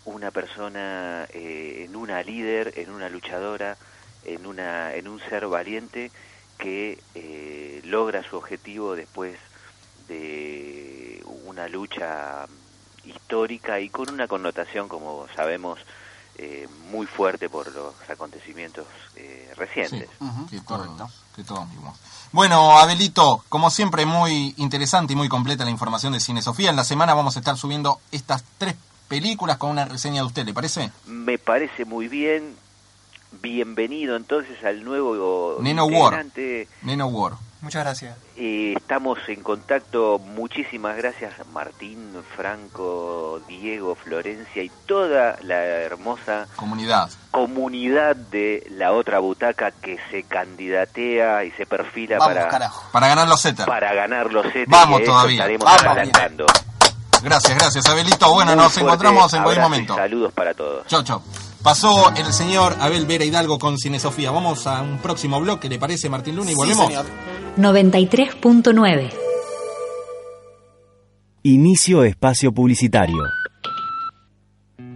[SPEAKER 22] una persona eh, en una líder, en una luchadora, en, una, en un ser valiente que eh, logra su objetivo después de una lucha histórica y con una connotación, como sabemos, eh, muy fuerte por los acontecimientos eh, recientes.
[SPEAKER 11] Sí, que todos, que todos vimos. Bueno, Abelito, como siempre, muy interesante y muy completa la información de Cine Sofía. En la semana vamos a estar subiendo estas tres películas con una reseña de usted, ¿le parece?
[SPEAKER 22] Me parece muy bien. Bienvenido entonces al nuevo
[SPEAKER 11] Neno War.
[SPEAKER 22] integrante.
[SPEAKER 11] Neno War.
[SPEAKER 22] Muchas gracias. Eh, estamos en contacto. Muchísimas gracias Martín, Franco, Diego, Florencia y toda la hermosa
[SPEAKER 11] Comunidad.
[SPEAKER 22] comunidad de la otra butaca que se candidatea y se perfila
[SPEAKER 11] Vamos,
[SPEAKER 22] para
[SPEAKER 11] carajo. Para ganar los Zetas.
[SPEAKER 22] para ganar los Zetas.
[SPEAKER 11] Vamos
[SPEAKER 22] y de eso
[SPEAKER 11] todavía.
[SPEAKER 22] Estaremos
[SPEAKER 11] Vamos.
[SPEAKER 22] hablando.
[SPEAKER 11] Gracias, gracias, Abelito. Bueno,
[SPEAKER 22] Muy
[SPEAKER 11] nos
[SPEAKER 22] fuerte
[SPEAKER 11] encontramos en cualquier
[SPEAKER 22] abrazo y
[SPEAKER 11] momento.
[SPEAKER 22] Saludos para todos.
[SPEAKER 11] Chau, chau. Pasó el señor Abel Vera Hidalgo con Cine Sofía. Vamos a un próximo bloque, ¿le parece, Martín Luna? Y
[SPEAKER 10] Sí,
[SPEAKER 11] volvemos.
[SPEAKER 10] señor. 93.9.
[SPEAKER 1] Inicio de espacio publicitario.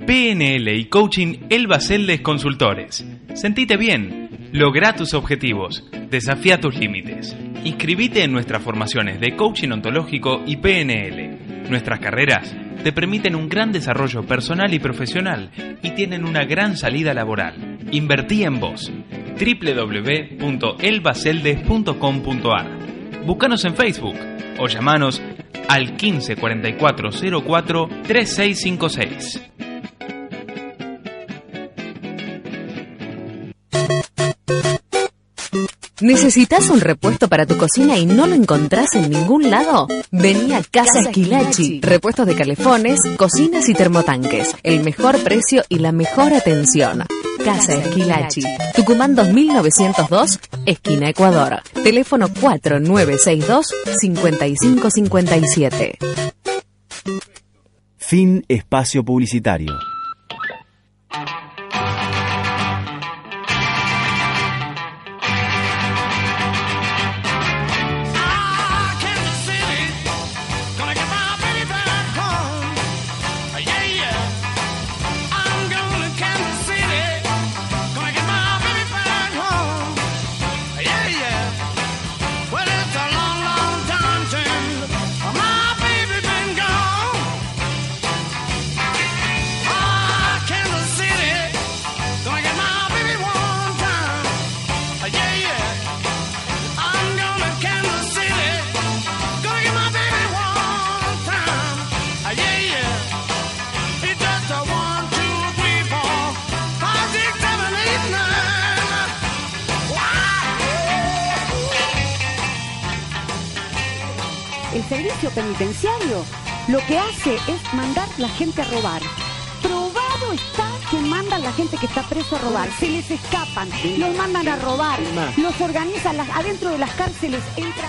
[SPEAKER 16] PNL y Coaching El Baceldes Consultores. Sentite bien, lográ tus objetivos, desafía tus límites. Inscribite en nuestras formaciones de Coaching Ontológico y PNL. Nuestras carreras te permiten un gran desarrollo personal y profesional y tienen una gran salida laboral. Invertí en vos. www.elbaceldes.com.ar Búscanos en Facebook o llamanos al 15 44 04 3656.
[SPEAKER 6] ¿Necesitas un repuesto para tu cocina y no lo encontrás en ningún lado? Vení a Casa Esquilachi. Repuestos de calefones, cocinas y termotanques. El mejor precio y la mejor atención. Casa Esquilachi. Tucumán 2902, esquina Ecuador. Teléfono 4962-5557.
[SPEAKER 1] Fin espacio publicitario.
[SPEAKER 20] Gonna get my baby one time. Ah, yeah, yeah. It's just a one, two, three, four, five, six, seven, eight, nine.
[SPEAKER 23] El servicio penitenciario lo que hace es mandar la gente a robar. Probado está que mandan la gente que está preso a robar. Se les escapan, los mandan a robar, los organizan las- adentro de las cárceles, entra.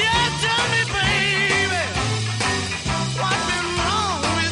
[SPEAKER 20] Yeah, tell me, baby, what's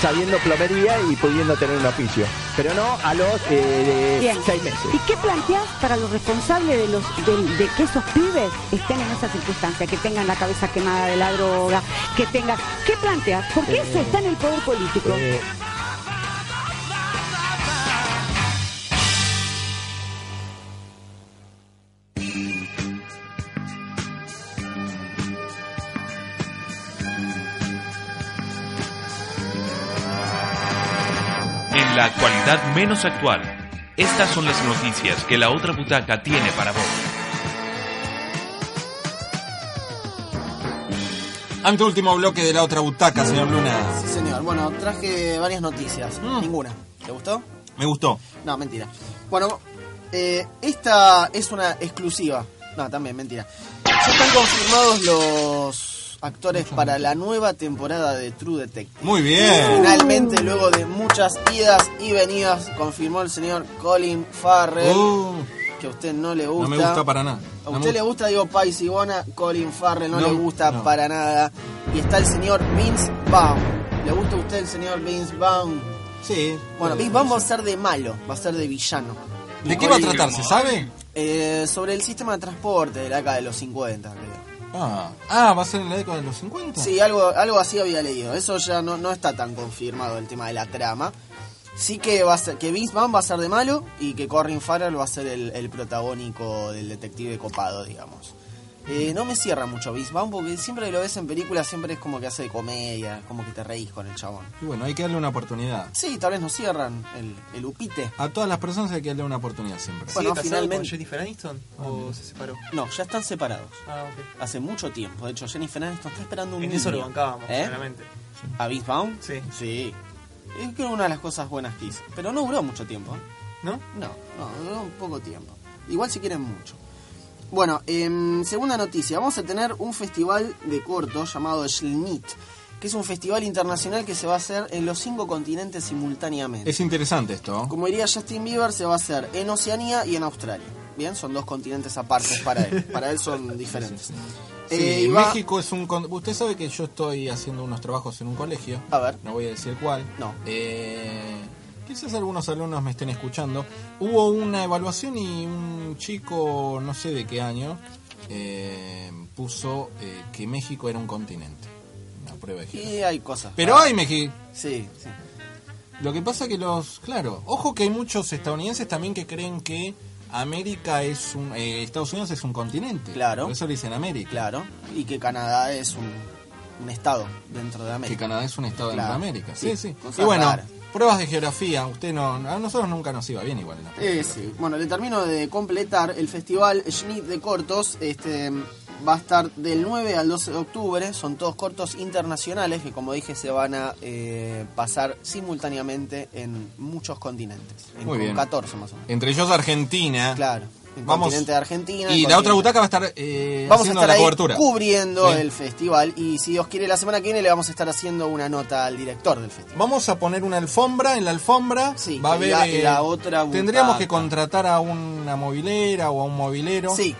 [SPEAKER 24] sabiendo plomería y pudiendo tener un oficio. Pero no a los eh,
[SPEAKER 23] Bien.
[SPEAKER 24] seis meses.
[SPEAKER 23] ¿Y qué planteás para los responsables de, los, de, de que esos pibes estén en esa circunstancia? Que tengan la cabeza quemada de la droga, que tengan... ¿Qué planteas? Porque eso está en el poder político.
[SPEAKER 24] Eh,
[SPEAKER 16] En la actualidad menos actual, estas son las noticias que la otra butaca tiene para vos.
[SPEAKER 11] Ante último bloque de la otra butaca, señor Luna.
[SPEAKER 12] Sí, señor. Bueno, traje varias noticias.
[SPEAKER 22] Mm.
[SPEAKER 12] Ninguna. ¿Te gustó?
[SPEAKER 11] Me gustó.
[SPEAKER 12] No, mentira. Bueno, eh, esta es una exclusiva. No, también, mentira. Ya están confirmados los actores para la nueva temporada de True Detective.
[SPEAKER 11] Muy bien.
[SPEAKER 12] Finalmente, luego de muchas idas y venidas, confirmó el señor Colin Farrell.
[SPEAKER 11] Uh.
[SPEAKER 12] que a usted no le gusta.
[SPEAKER 11] No me gusta para nada.
[SPEAKER 12] A
[SPEAKER 11] No me
[SPEAKER 12] usted le gusta, digo, Paisibona, Colin Farrell no,
[SPEAKER 11] No,
[SPEAKER 12] le gusta
[SPEAKER 11] no.
[SPEAKER 12] para nada. Y está el señor Vince Vaughn. ¿Le gusta a usted el señor Vince Vaughn?
[SPEAKER 11] Sí.
[SPEAKER 12] Bueno, Vince Vaughn va a ser de malo, va a ser de villano.
[SPEAKER 11] ¿De qué va a tratar, se sabe?
[SPEAKER 12] Eh, sobre el sistema de transporte de la acá de los 50, creo.
[SPEAKER 11] Ah, ah, va a ser en la década de los 50.
[SPEAKER 12] Sí, algo, algo así había leído. Eso ya no, no está tan confirmado el tema de la trama. Sí que va a ser, que Vince Vaughn va a ser de malo y que Corin Farrell va a ser el, el protagónico del detective copado, digamos. Eh, no me cierra mucho Vince Vaughn porque siempre que lo ves en películas siempre es como que hace de comedia, como que te reís con el chabón.
[SPEAKER 11] Y bueno, hay que darle una oportunidad.
[SPEAKER 12] Sí, tal vez no cierran el, el upite.
[SPEAKER 11] A todas las personas hay que darle una oportunidad siempre.
[SPEAKER 12] Bueno, finalmente...
[SPEAKER 3] Jennifer Aniston? ¿O se Ah, separó?
[SPEAKER 12] No, ya están separados. Hace mucho tiempo. De hecho, Jennifer Aniston está esperando un
[SPEAKER 3] En eso
[SPEAKER 12] niño.
[SPEAKER 3] lo bancábamos,
[SPEAKER 12] ¿Eh?
[SPEAKER 3] claramente.
[SPEAKER 12] ¿A Vince Vaughn? Sí. Sí. Es que era una de las cosas buenas que hizo. Pero no duró mucho tiempo. ¿No? No, no, duró un poco tiempo. Igual si quieren mucho. Bueno, em, segunda noticia. Vamos a tener un festival de cortos llamado Schlnit, que es un festival internacional que se va a hacer en los cinco continentes simultáneamente.
[SPEAKER 11] Es interesante esto.
[SPEAKER 12] Como diría Justin Bieber, se va a hacer en Oceanía y en Australia. Bien, son dos continentes apartes para él. Para él son diferentes.
[SPEAKER 11] Sí,
[SPEAKER 12] Eh, y va-
[SPEAKER 11] México es un... con- Usted sabe que yo estoy haciendo unos trabajos en un colegio.
[SPEAKER 12] A ver.
[SPEAKER 11] No voy a decir cuál.
[SPEAKER 12] Ah. No.
[SPEAKER 11] Eh, quizás algunos alumnos me estén escuchando. Hubo una evaluación y un chico, no sé de qué año, eh, puso eh, que México era un continente. Una prueba de
[SPEAKER 12] Y hay cosas.
[SPEAKER 11] Pero hay México.
[SPEAKER 12] Sí, sí.
[SPEAKER 11] Lo que pasa que los, claro, ojo que hay muchos estadounidenses también que creen que América es un, eh, Estados Unidos es un continente.
[SPEAKER 12] Claro.
[SPEAKER 11] Por eso le dicen América.
[SPEAKER 12] Claro. Y que Canadá es un, un estado dentro de América.
[SPEAKER 11] Que Canadá es un estado
[SPEAKER 12] Claro.
[SPEAKER 11] de América. Sí, sí.
[SPEAKER 12] cosas
[SPEAKER 11] Y bueno,
[SPEAKER 12] raras.
[SPEAKER 11] pruebas de geografía. Usted no, a nosotros nunca nos iba bien igual. en la prueba de
[SPEAKER 12] Eh, sí. Bueno, le termino de completar el festival Schnitt de cortos. Este va a estar del 9 al 12 de octubre. Son todos cortos internacionales que, como dije, se van a eh, pasar simultáneamente en muchos continentes. En
[SPEAKER 11] Muy bien.
[SPEAKER 12] 14 más o menos.
[SPEAKER 11] Entre ellos Argentina.
[SPEAKER 12] Claro. El
[SPEAKER 11] Vamos.
[SPEAKER 12] continente de Argentina.
[SPEAKER 11] Y
[SPEAKER 12] el
[SPEAKER 11] la otra
[SPEAKER 12] continente-
[SPEAKER 11] butaca va a estar eh,
[SPEAKER 12] Vamos a
[SPEAKER 11] haciendo
[SPEAKER 12] estar
[SPEAKER 11] la
[SPEAKER 12] ahí
[SPEAKER 11] cobertura.
[SPEAKER 12] cubriendo
[SPEAKER 11] Sí.
[SPEAKER 12] el festival y si Dios quiere la semana que viene le vamos a estar haciendo una nota al director del festival.
[SPEAKER 11] Vamos a poner una alfombra. En la alfombra va a
[SPEAKER 12] que
[SPEAKER 11] haber.
[SPEAKER 12] diga
[SPEAKER 11] eh,
[SPEAKER 12] la otra
[SPEAKER 11] tendríamos
[SPEAKER 12] butaca.
[SPEAKER 11] que contratar a una movilera o a un movilero.
[SPEAKER 12] Sí.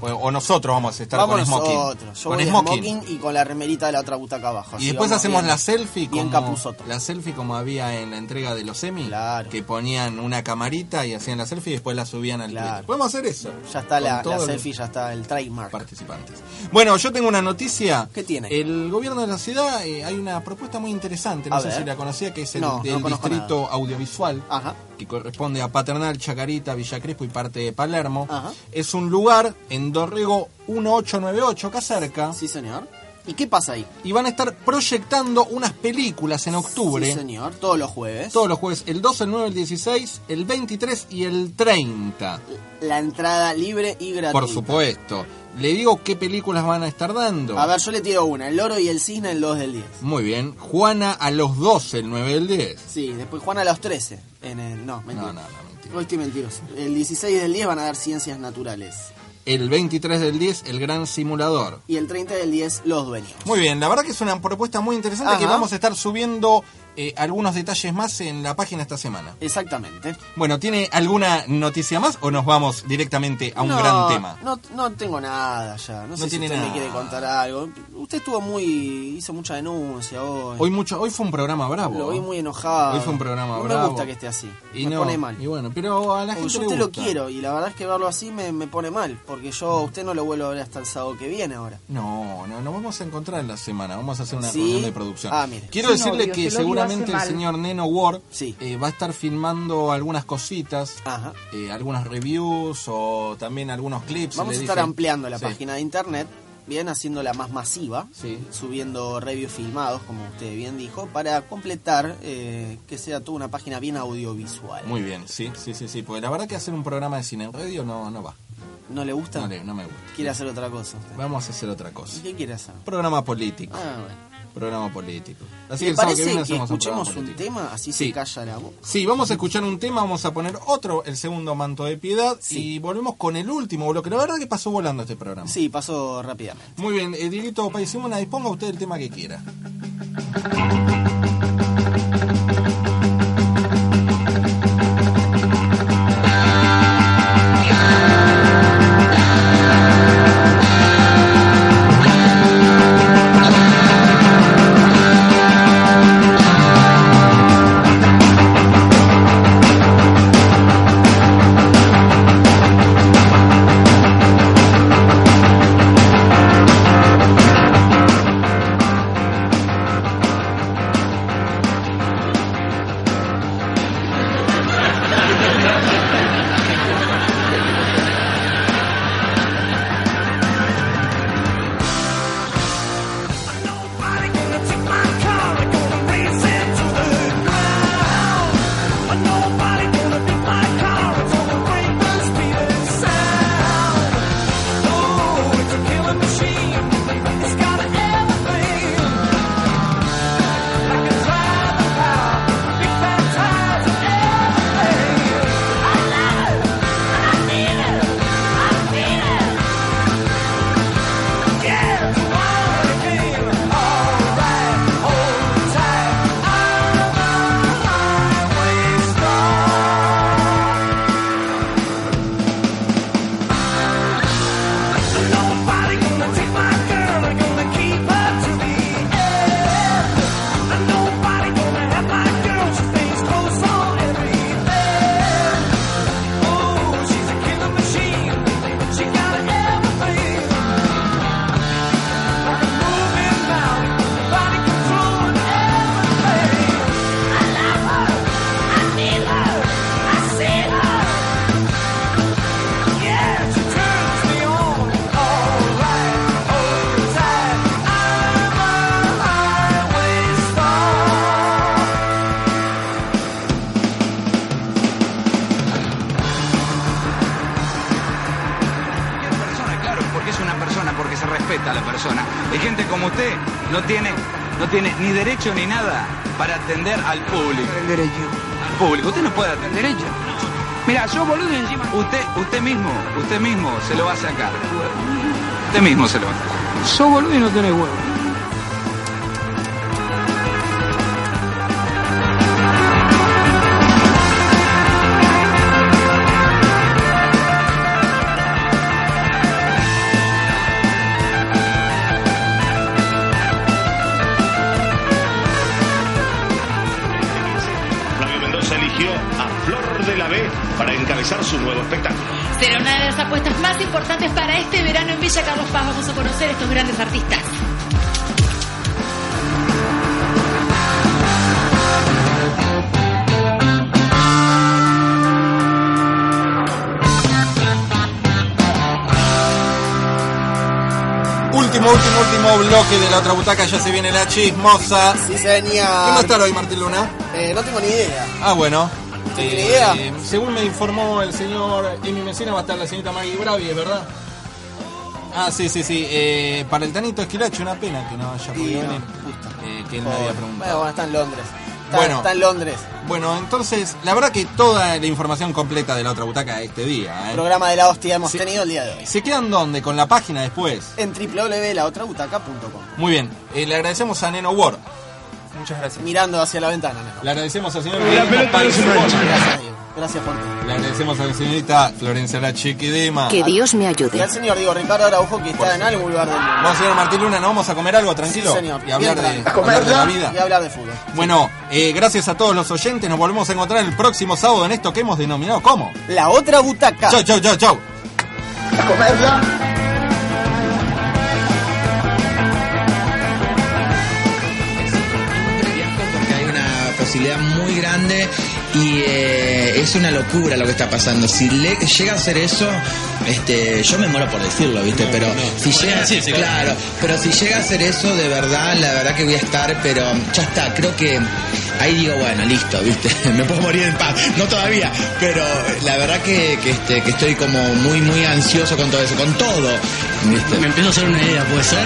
[SPEAKER 11] O, o nosotros vamos a estar con
[SPEAKER 12] Vamos
[SPEAKER 11] smoking.
[SPEAKER 12] nosotros. Yo
[SPEAKER 11] con
[SPEAKER 12] voy de
[SPEAKER 11] smoking.
[SPEAKER 12] smoking y con la remerita de la otra butaca abajo.
[SPEAKER 11] Y después hacemos la
[SPEAKER 12] las
[SPEAKER 11] selfie
[SPEAKER 12] bien
[SPEAKER 11] como
[SPEAKER 12] capuzoto.
[SPEAKER 11] la selfie como había en la entrega de los semi, que ponían una camarita y hacían la selfie y después la subían al Twitter. Podemos hacer eso.
[SPEAKER 12] Ya está
[SPEAKER 11] Con
[SPEAKER 12] la, la
[SPEAKER 11] todos los
[SPEAKER 12] selfie, ya está el trademark.
[SPEAKER 11] Participantes. Bueno, yo tengo una noticia.
[SPEAKER 12] ¿Qué tiene?
[SPEAKER 11] El gobierno de la ciudad eh, hay una propuesta muy interesante, no
[SPEAKER 12] A
[SPEAKER 11] sé
[SPEAKER 12] ver.
[SPEAKER 11] si la conocía, que es el
[SPEAKER 12] No, no
[SPEAKER 11] del
[SPEAKER 12] conozco
[SPEAKER 11] distrito audiovisual, que corresponde a Paternal, Chacarita, Villa Crespo y parte de Palermo. Es un lugar en Dorrego 1898, acá cerca.
[SPEAKER 12] Sí, señor. ¿Y qué pasa ahí?
[SPEAKER 11] Y van a estar proyectando unas películas en octubre.
[SPEAKER 12] Sí, señor. Todos los jueves.
[SPEAKER 11] Todos los jueves, el 12, el 9, el 16, el 23 y el 30.
[SPEAKER 12] La entrada libre y gratuita.
[SPEAKER 11] Por supuesto. Le digo qué películas van a estar dando.
[SPEAKER 12] A ver, yo le tiro una. El oro y el cisne el 2 del 10.
[SPEAKER 11] Muy bien. Juana a los 12, el 9 del 10.
[SPEAKER 12] Sí, después Juan a los 13. En el, no, mentira.
[SPEAKER 11] No, no, no,
[SPEAKER 12] Hoy estoy mentiroso. El 16 del 10 van a dar ciencias naturales.
[SPEAKER 11] El 23 del 10, el gran simulador.
[SPEAKER 12] Y el 30 del 10, los dueños.
[SPEAKER 11] Muy bien, la verdad que es una propuesta muy interesante que
[SPEAKER 12] Ajá.
[SPEAKER 11] vamos a estar subiendo eh, algunos detalles más en la página esta semana.
[SPEAKER 12] Exactamente.
[SPEAKER 11] Bueno, ¿tiene alguna noticia más o nos vamos directamente a un
[SPEAKER 12] No,
[SPEAKER 11] gran tema?
[SPEAKER 12] No, no tengo nada ya. No,
[SPEAKER 11] No
[SPEAKER 12] sé
[SPEAKER 11] tiene
[SPEAKER 12] si usted
[SPEAKER 11] nada.
[SPEAKER 12] me quiere contar algo. Usted estuvo muy. hizo mucha denuncia hoy.
[SPEAKER 11] Hoy mucho, hoy fue un programa bravo. ¿eh?
[SPEAKER 12] Lo vi muy enojado.
[SPEAKER 11] Hoy fue un programa
[SPEAKER 12] no
[SPEAKER 11] bravo.
[SPEAKER 12] me gusta que esté así.
[SPEAKER 11] Y
[SPEAKER 12] me
[SPEAKER 11] no,
[SPEAKER 12] pone mal.
[SPEAKER 11] Y bueno, pero a la
[SPEAKER 12] Porque
[SPEAKER 11] gente
[SPEAKER 12] yo
[SPEAKER 11] le
[SPEAKER 12] a usted lo
[SPEAKER 11] gusta.
[SPEAKER 12] quiero y la verdad es que verlo así me, me pone mal. Porque yo a usted no lo vuelvo a ver hasta el sábado que viene ahora.
[SPEAKER 11] No, no, nos vamos a encontrar en la semana. Vamos a hacer una
[SPEAKER 12] ¿Sí?
[SPEAKER 11] reunión de producción.
[SPEAKER 12] Ah, mire.
[SPEAKER 11] Quiero
[SPEAKER 12] Sin
[SPEAKER 11] decirle
[SPEAKER 12] odio,
[SPEAKER 11] que
[SPEAKER 12] que el odio
[SPEAKER 11] seguramente
[SPEAKER 12] hace
[SPEAKER 11] el
[SPEAKER 12] mal.
[SPEAKER 11] señor Neno Ward eh, va a estar filmando algunas cositas, eh, algunas reviews o también algunos clips.
[SPEAKER 12] Vamos
[SPEAKER 11] le
[SPEAKER 12] a estar
[SPEAKER 11] dicen.
[SPEAKER 12] ampliando la
[SPEAKER 11] Sí.
[SPEAKER 12] página de internet, bien haciéndola más masiva, subiendo reviews filmados, como usted bien dijo, para completar eh, que sea toda una página bien audiovisual.
[SPEAKER 11] Muy bien, sí, sí, sí, sí. Porque la verdad que hacer un programa de cine en radio no, no va.
[SPEAKER 12] ¿No le gusta?
[SPEAKER 11] No, le- no me gusta.
[SPEAKER 12] Quiere hacer otra cosa.
[SPEAKER 11] Vamos a hacer otra cosa.
[SPEAKER 12] ¿Y qué quiere hacer?
[SPEAKER 11] Programa político.
[SPEAKER 12] Ah, bueno.
[SPEAKER 11] Programa político. Así que
[SPEAKER 12] ¿Le
[SPEAKER 11] el sábado
[SPEAKER 12] parece
[SPEAKER 11] viene
[SPEAKER 12] que,
[SPEAKER 11] hacemos un programa
[SPEAKER 12] escuchemos un,
[SPEAKER 11] político.
[SPEAKER 12] tema? Así se calla la voz.
[SPEAKER 11] Sí, vamos a escuchar un tema, vamos a poner otro, el segundo manto de piedad, y volvemos con el último bloque. La verdad que pasó volando este programa.
[SPEAKER 12] Sí, pasó rápidamente.
[SPEAKER 11] Muy bien, eh, Dieguito Paizimona, disponga usted el tema que quiera.
[SPEAKER 2] Claro, porque es una persona, porque se respeta a la persona. Y gente como usted no tiene, no tiene ni derecho ni nada para atender al público. Al público. Usted no puede atender. Derecho. Mira, yo boludo y encima. Usted, usted mismo, usted mismo se lo va a sacar. Usted mismo se lo va a sacar. Yo boludo y no tiene huevo.
[SPEAKER 17] Flavio Mendoza eligió a Flor de la B para encabezar su nuevo espectáculo.
[SPEAKER 23] Será una de las apuestas más importantes para este verano en Villa Carlos Paz. Vamos a conocer estos grandes artistas.
[SPEAKER 11] Último, último, último bloque de la otra butaca, ya se viene la chismosa.
[SPEAKER 12] Sí, señor.
[SPEAKER 11] ¿Qué va a estar hoy, Martín Luna?
[SPEAKER 12] Eh, no tengo ni idea.
[SPEAKER 11] Ah, bueno. Eh,
[SPEAKER 12] ¿Usted tiene idea?
[SPEAKER 11] según me informó el señor Emi Mesina, va a estar la señorita Maggie Bravi, ¿es verdad? Ah, sí, sí, sí. eh, para el Tanito Esquilache, una pena que no haya podido
[SPEAKER 12] no,
[SPEAKER 11] venir. Eh, que él me había preguntado.
[SPEAKER 12] Bueno, bueno, está en Londres. Está,
[SPEAKER 11] Bueno.
[SPEAKER 12] está en Londres.
[SPEAKER 11] Bueno, entonces, la verdad que toda la información completa de la otra butaca de este día. ¿eh?
[SPEAKER 12] Programa de la hostia hemos tenido el día de hoy.
[SPEAKER 11] ¿Se quedan dónde? Con la página después.
[SPEAKER 12] En www.laotrabutaca.com.
[SPEAKER 11] Muy bien. eh, le agradecemos a Neno Ward.
[SPEAKER 25] Muchas gracias.
[SPEAKER 26] Mirando hacia la ventana. ¿no?
[SPEAKER 11] Le agradecemos al señor.
[SPEAKER 26] La
[SPEAKER 11] Guillermo
[SPEAKER 26] pelota no
[SPEAKER 11] Paez
[SPEAKER 26] se
[SPEAKER 11] Simón.
[SPEAKER 26] mancha.
[SPEAKER 11] Gracias.
[SPEAKER 26] Gracias por
[SPEAKER 11] Le agradecemos a la señorita Florencia Lacheque Dema.
[SPEAKER 26] Que Dios
[SPEAKER 10] me ayude.
[SPEAKER 26] Y al señor Diego Ricardo Araujo que está en algún lugar del mundo.
[SPEAKER 11] Vamos, señor Martín Luna, ¿no vamos a comer algo tranquilo?
[SPEAKER 26] Sí, señor.
[SPEAKER 11] Y hablar
[SPEAKER 26] Bien,
[SPEAKER 11] de,
[SPEAKER 26] tranquilo.
[SPEAKER 11] hablar de la vida.
[SPEAKER 26] Y hablar de fútbol.
[SPEAKER 11] Bueno, eh, gracias a todos los oyentes. Nos volvemos a encontrar el próximo sábado en esto que hemos denominado ¿Cómo?
[SPEAKER 26] La otra butaca.
[SPEAKER 11] Chau, chau, chau, chau.
[SPEAKER 26] A comerla.
[SPEAKER 12] porque hay una posibilidad muy grande y eh, es una locura lo que está pasando. Si le- llega a ser eso, este, yo me muero por decirlo, ¿viste? Pero si llega,
[SPEAKER 16] Sí, sí, claro.
[SPEAKER 12] claro, pero si llega a ser eso de verdad, la verdad que voy a estar, pero ya está, creo que ahí digo, bueno, listo, ¿viste? Me puedo morir en paz, no todavía, pero la verdad que, que, este, que estoy como muy muy ansioso con todo eso, con todo. ¿viste? Me empiezo a hacer una idea, ¿puede ser?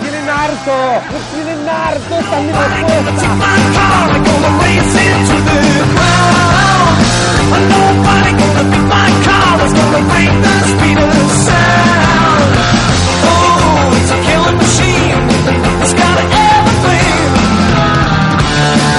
[SPEAKER 27] tienen harto! ¡Nos tienen harto! ¡Están de
[SPEAKER 5] Oh,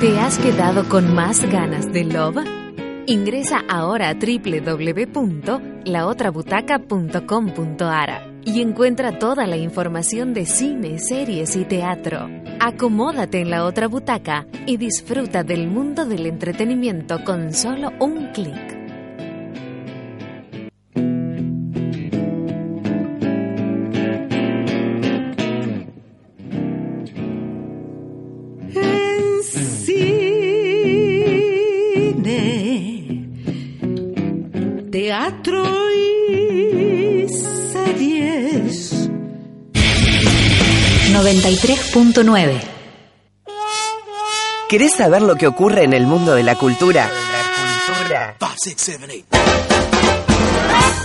[SPEAKER 2] ¿Te has quedado con más ganas de Love? Ingresa ahora a www.laotrabutaca.com.ar y encuentra toda la información de cine, series y teatro. Acomódate en la otra butaca y disfruta del mundo del entretenimiento con solo un clic.
[SPEAKER 28] en cine, teatro y series.
[SPEAKER 10] 93.9.
[SPEAKER 5] ¿Querés saber lo que ocurre en el mundo de la cultura?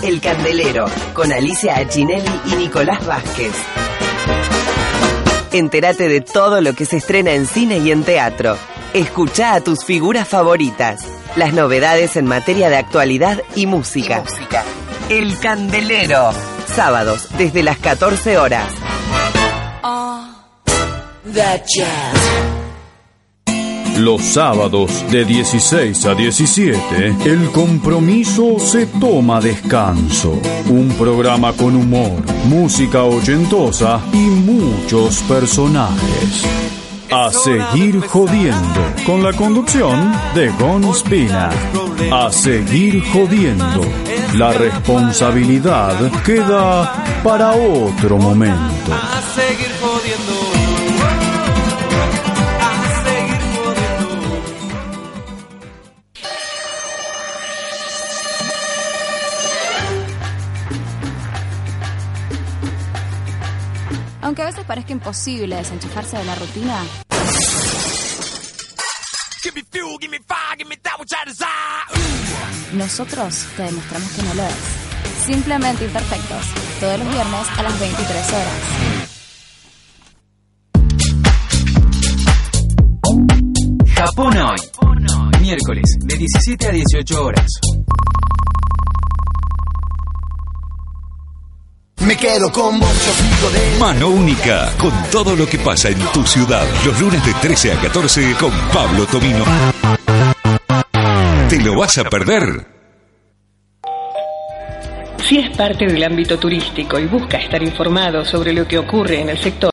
[SPEAKER 5] El Candelero, con Alicia Achinelli y Nicolás Vázquez. Entérate de todo lo que se estrena en cine y en teatro. Escucha a tus figuras favoritas, las novedades en materia de actualidad y música. El Candelero, sábados desde las 14 horas.
[SPEAKER 19] Los sábados de 16 a 17, El compromiso se toma descanso. Un programa con humor, música ochentosa y muchos personajes. A seguir jodiendo, con la conducción de Gon Spina. A seguir jodiendo. La responsabilidad queda para otro momento.
[SPEAKER 25] A seguir jodiendo. A seguir jodiendo.
[SPEAKER 6] Aunque a veces parezca imposible desenchufarse de la rutina, nosotros te demostramos que no lo es. Simplemente imperfectos, todos los viernes a las 23 horas.
[SPEAKER 16] Japón hoy. Miércoles de 17 a 18 horas.
[SPEAKER 17] Me quedo con vos, yo sigo de... Mano Única, con todo lo que pasa en tu ciudad. Los lunes de 13 a 14 con Pablo Tomino. ¿Te lo vas a perder?
[SPEAKER 18] Si es parte del ámbito turístico y busca estar informado sobre lo que ocurre en el sector,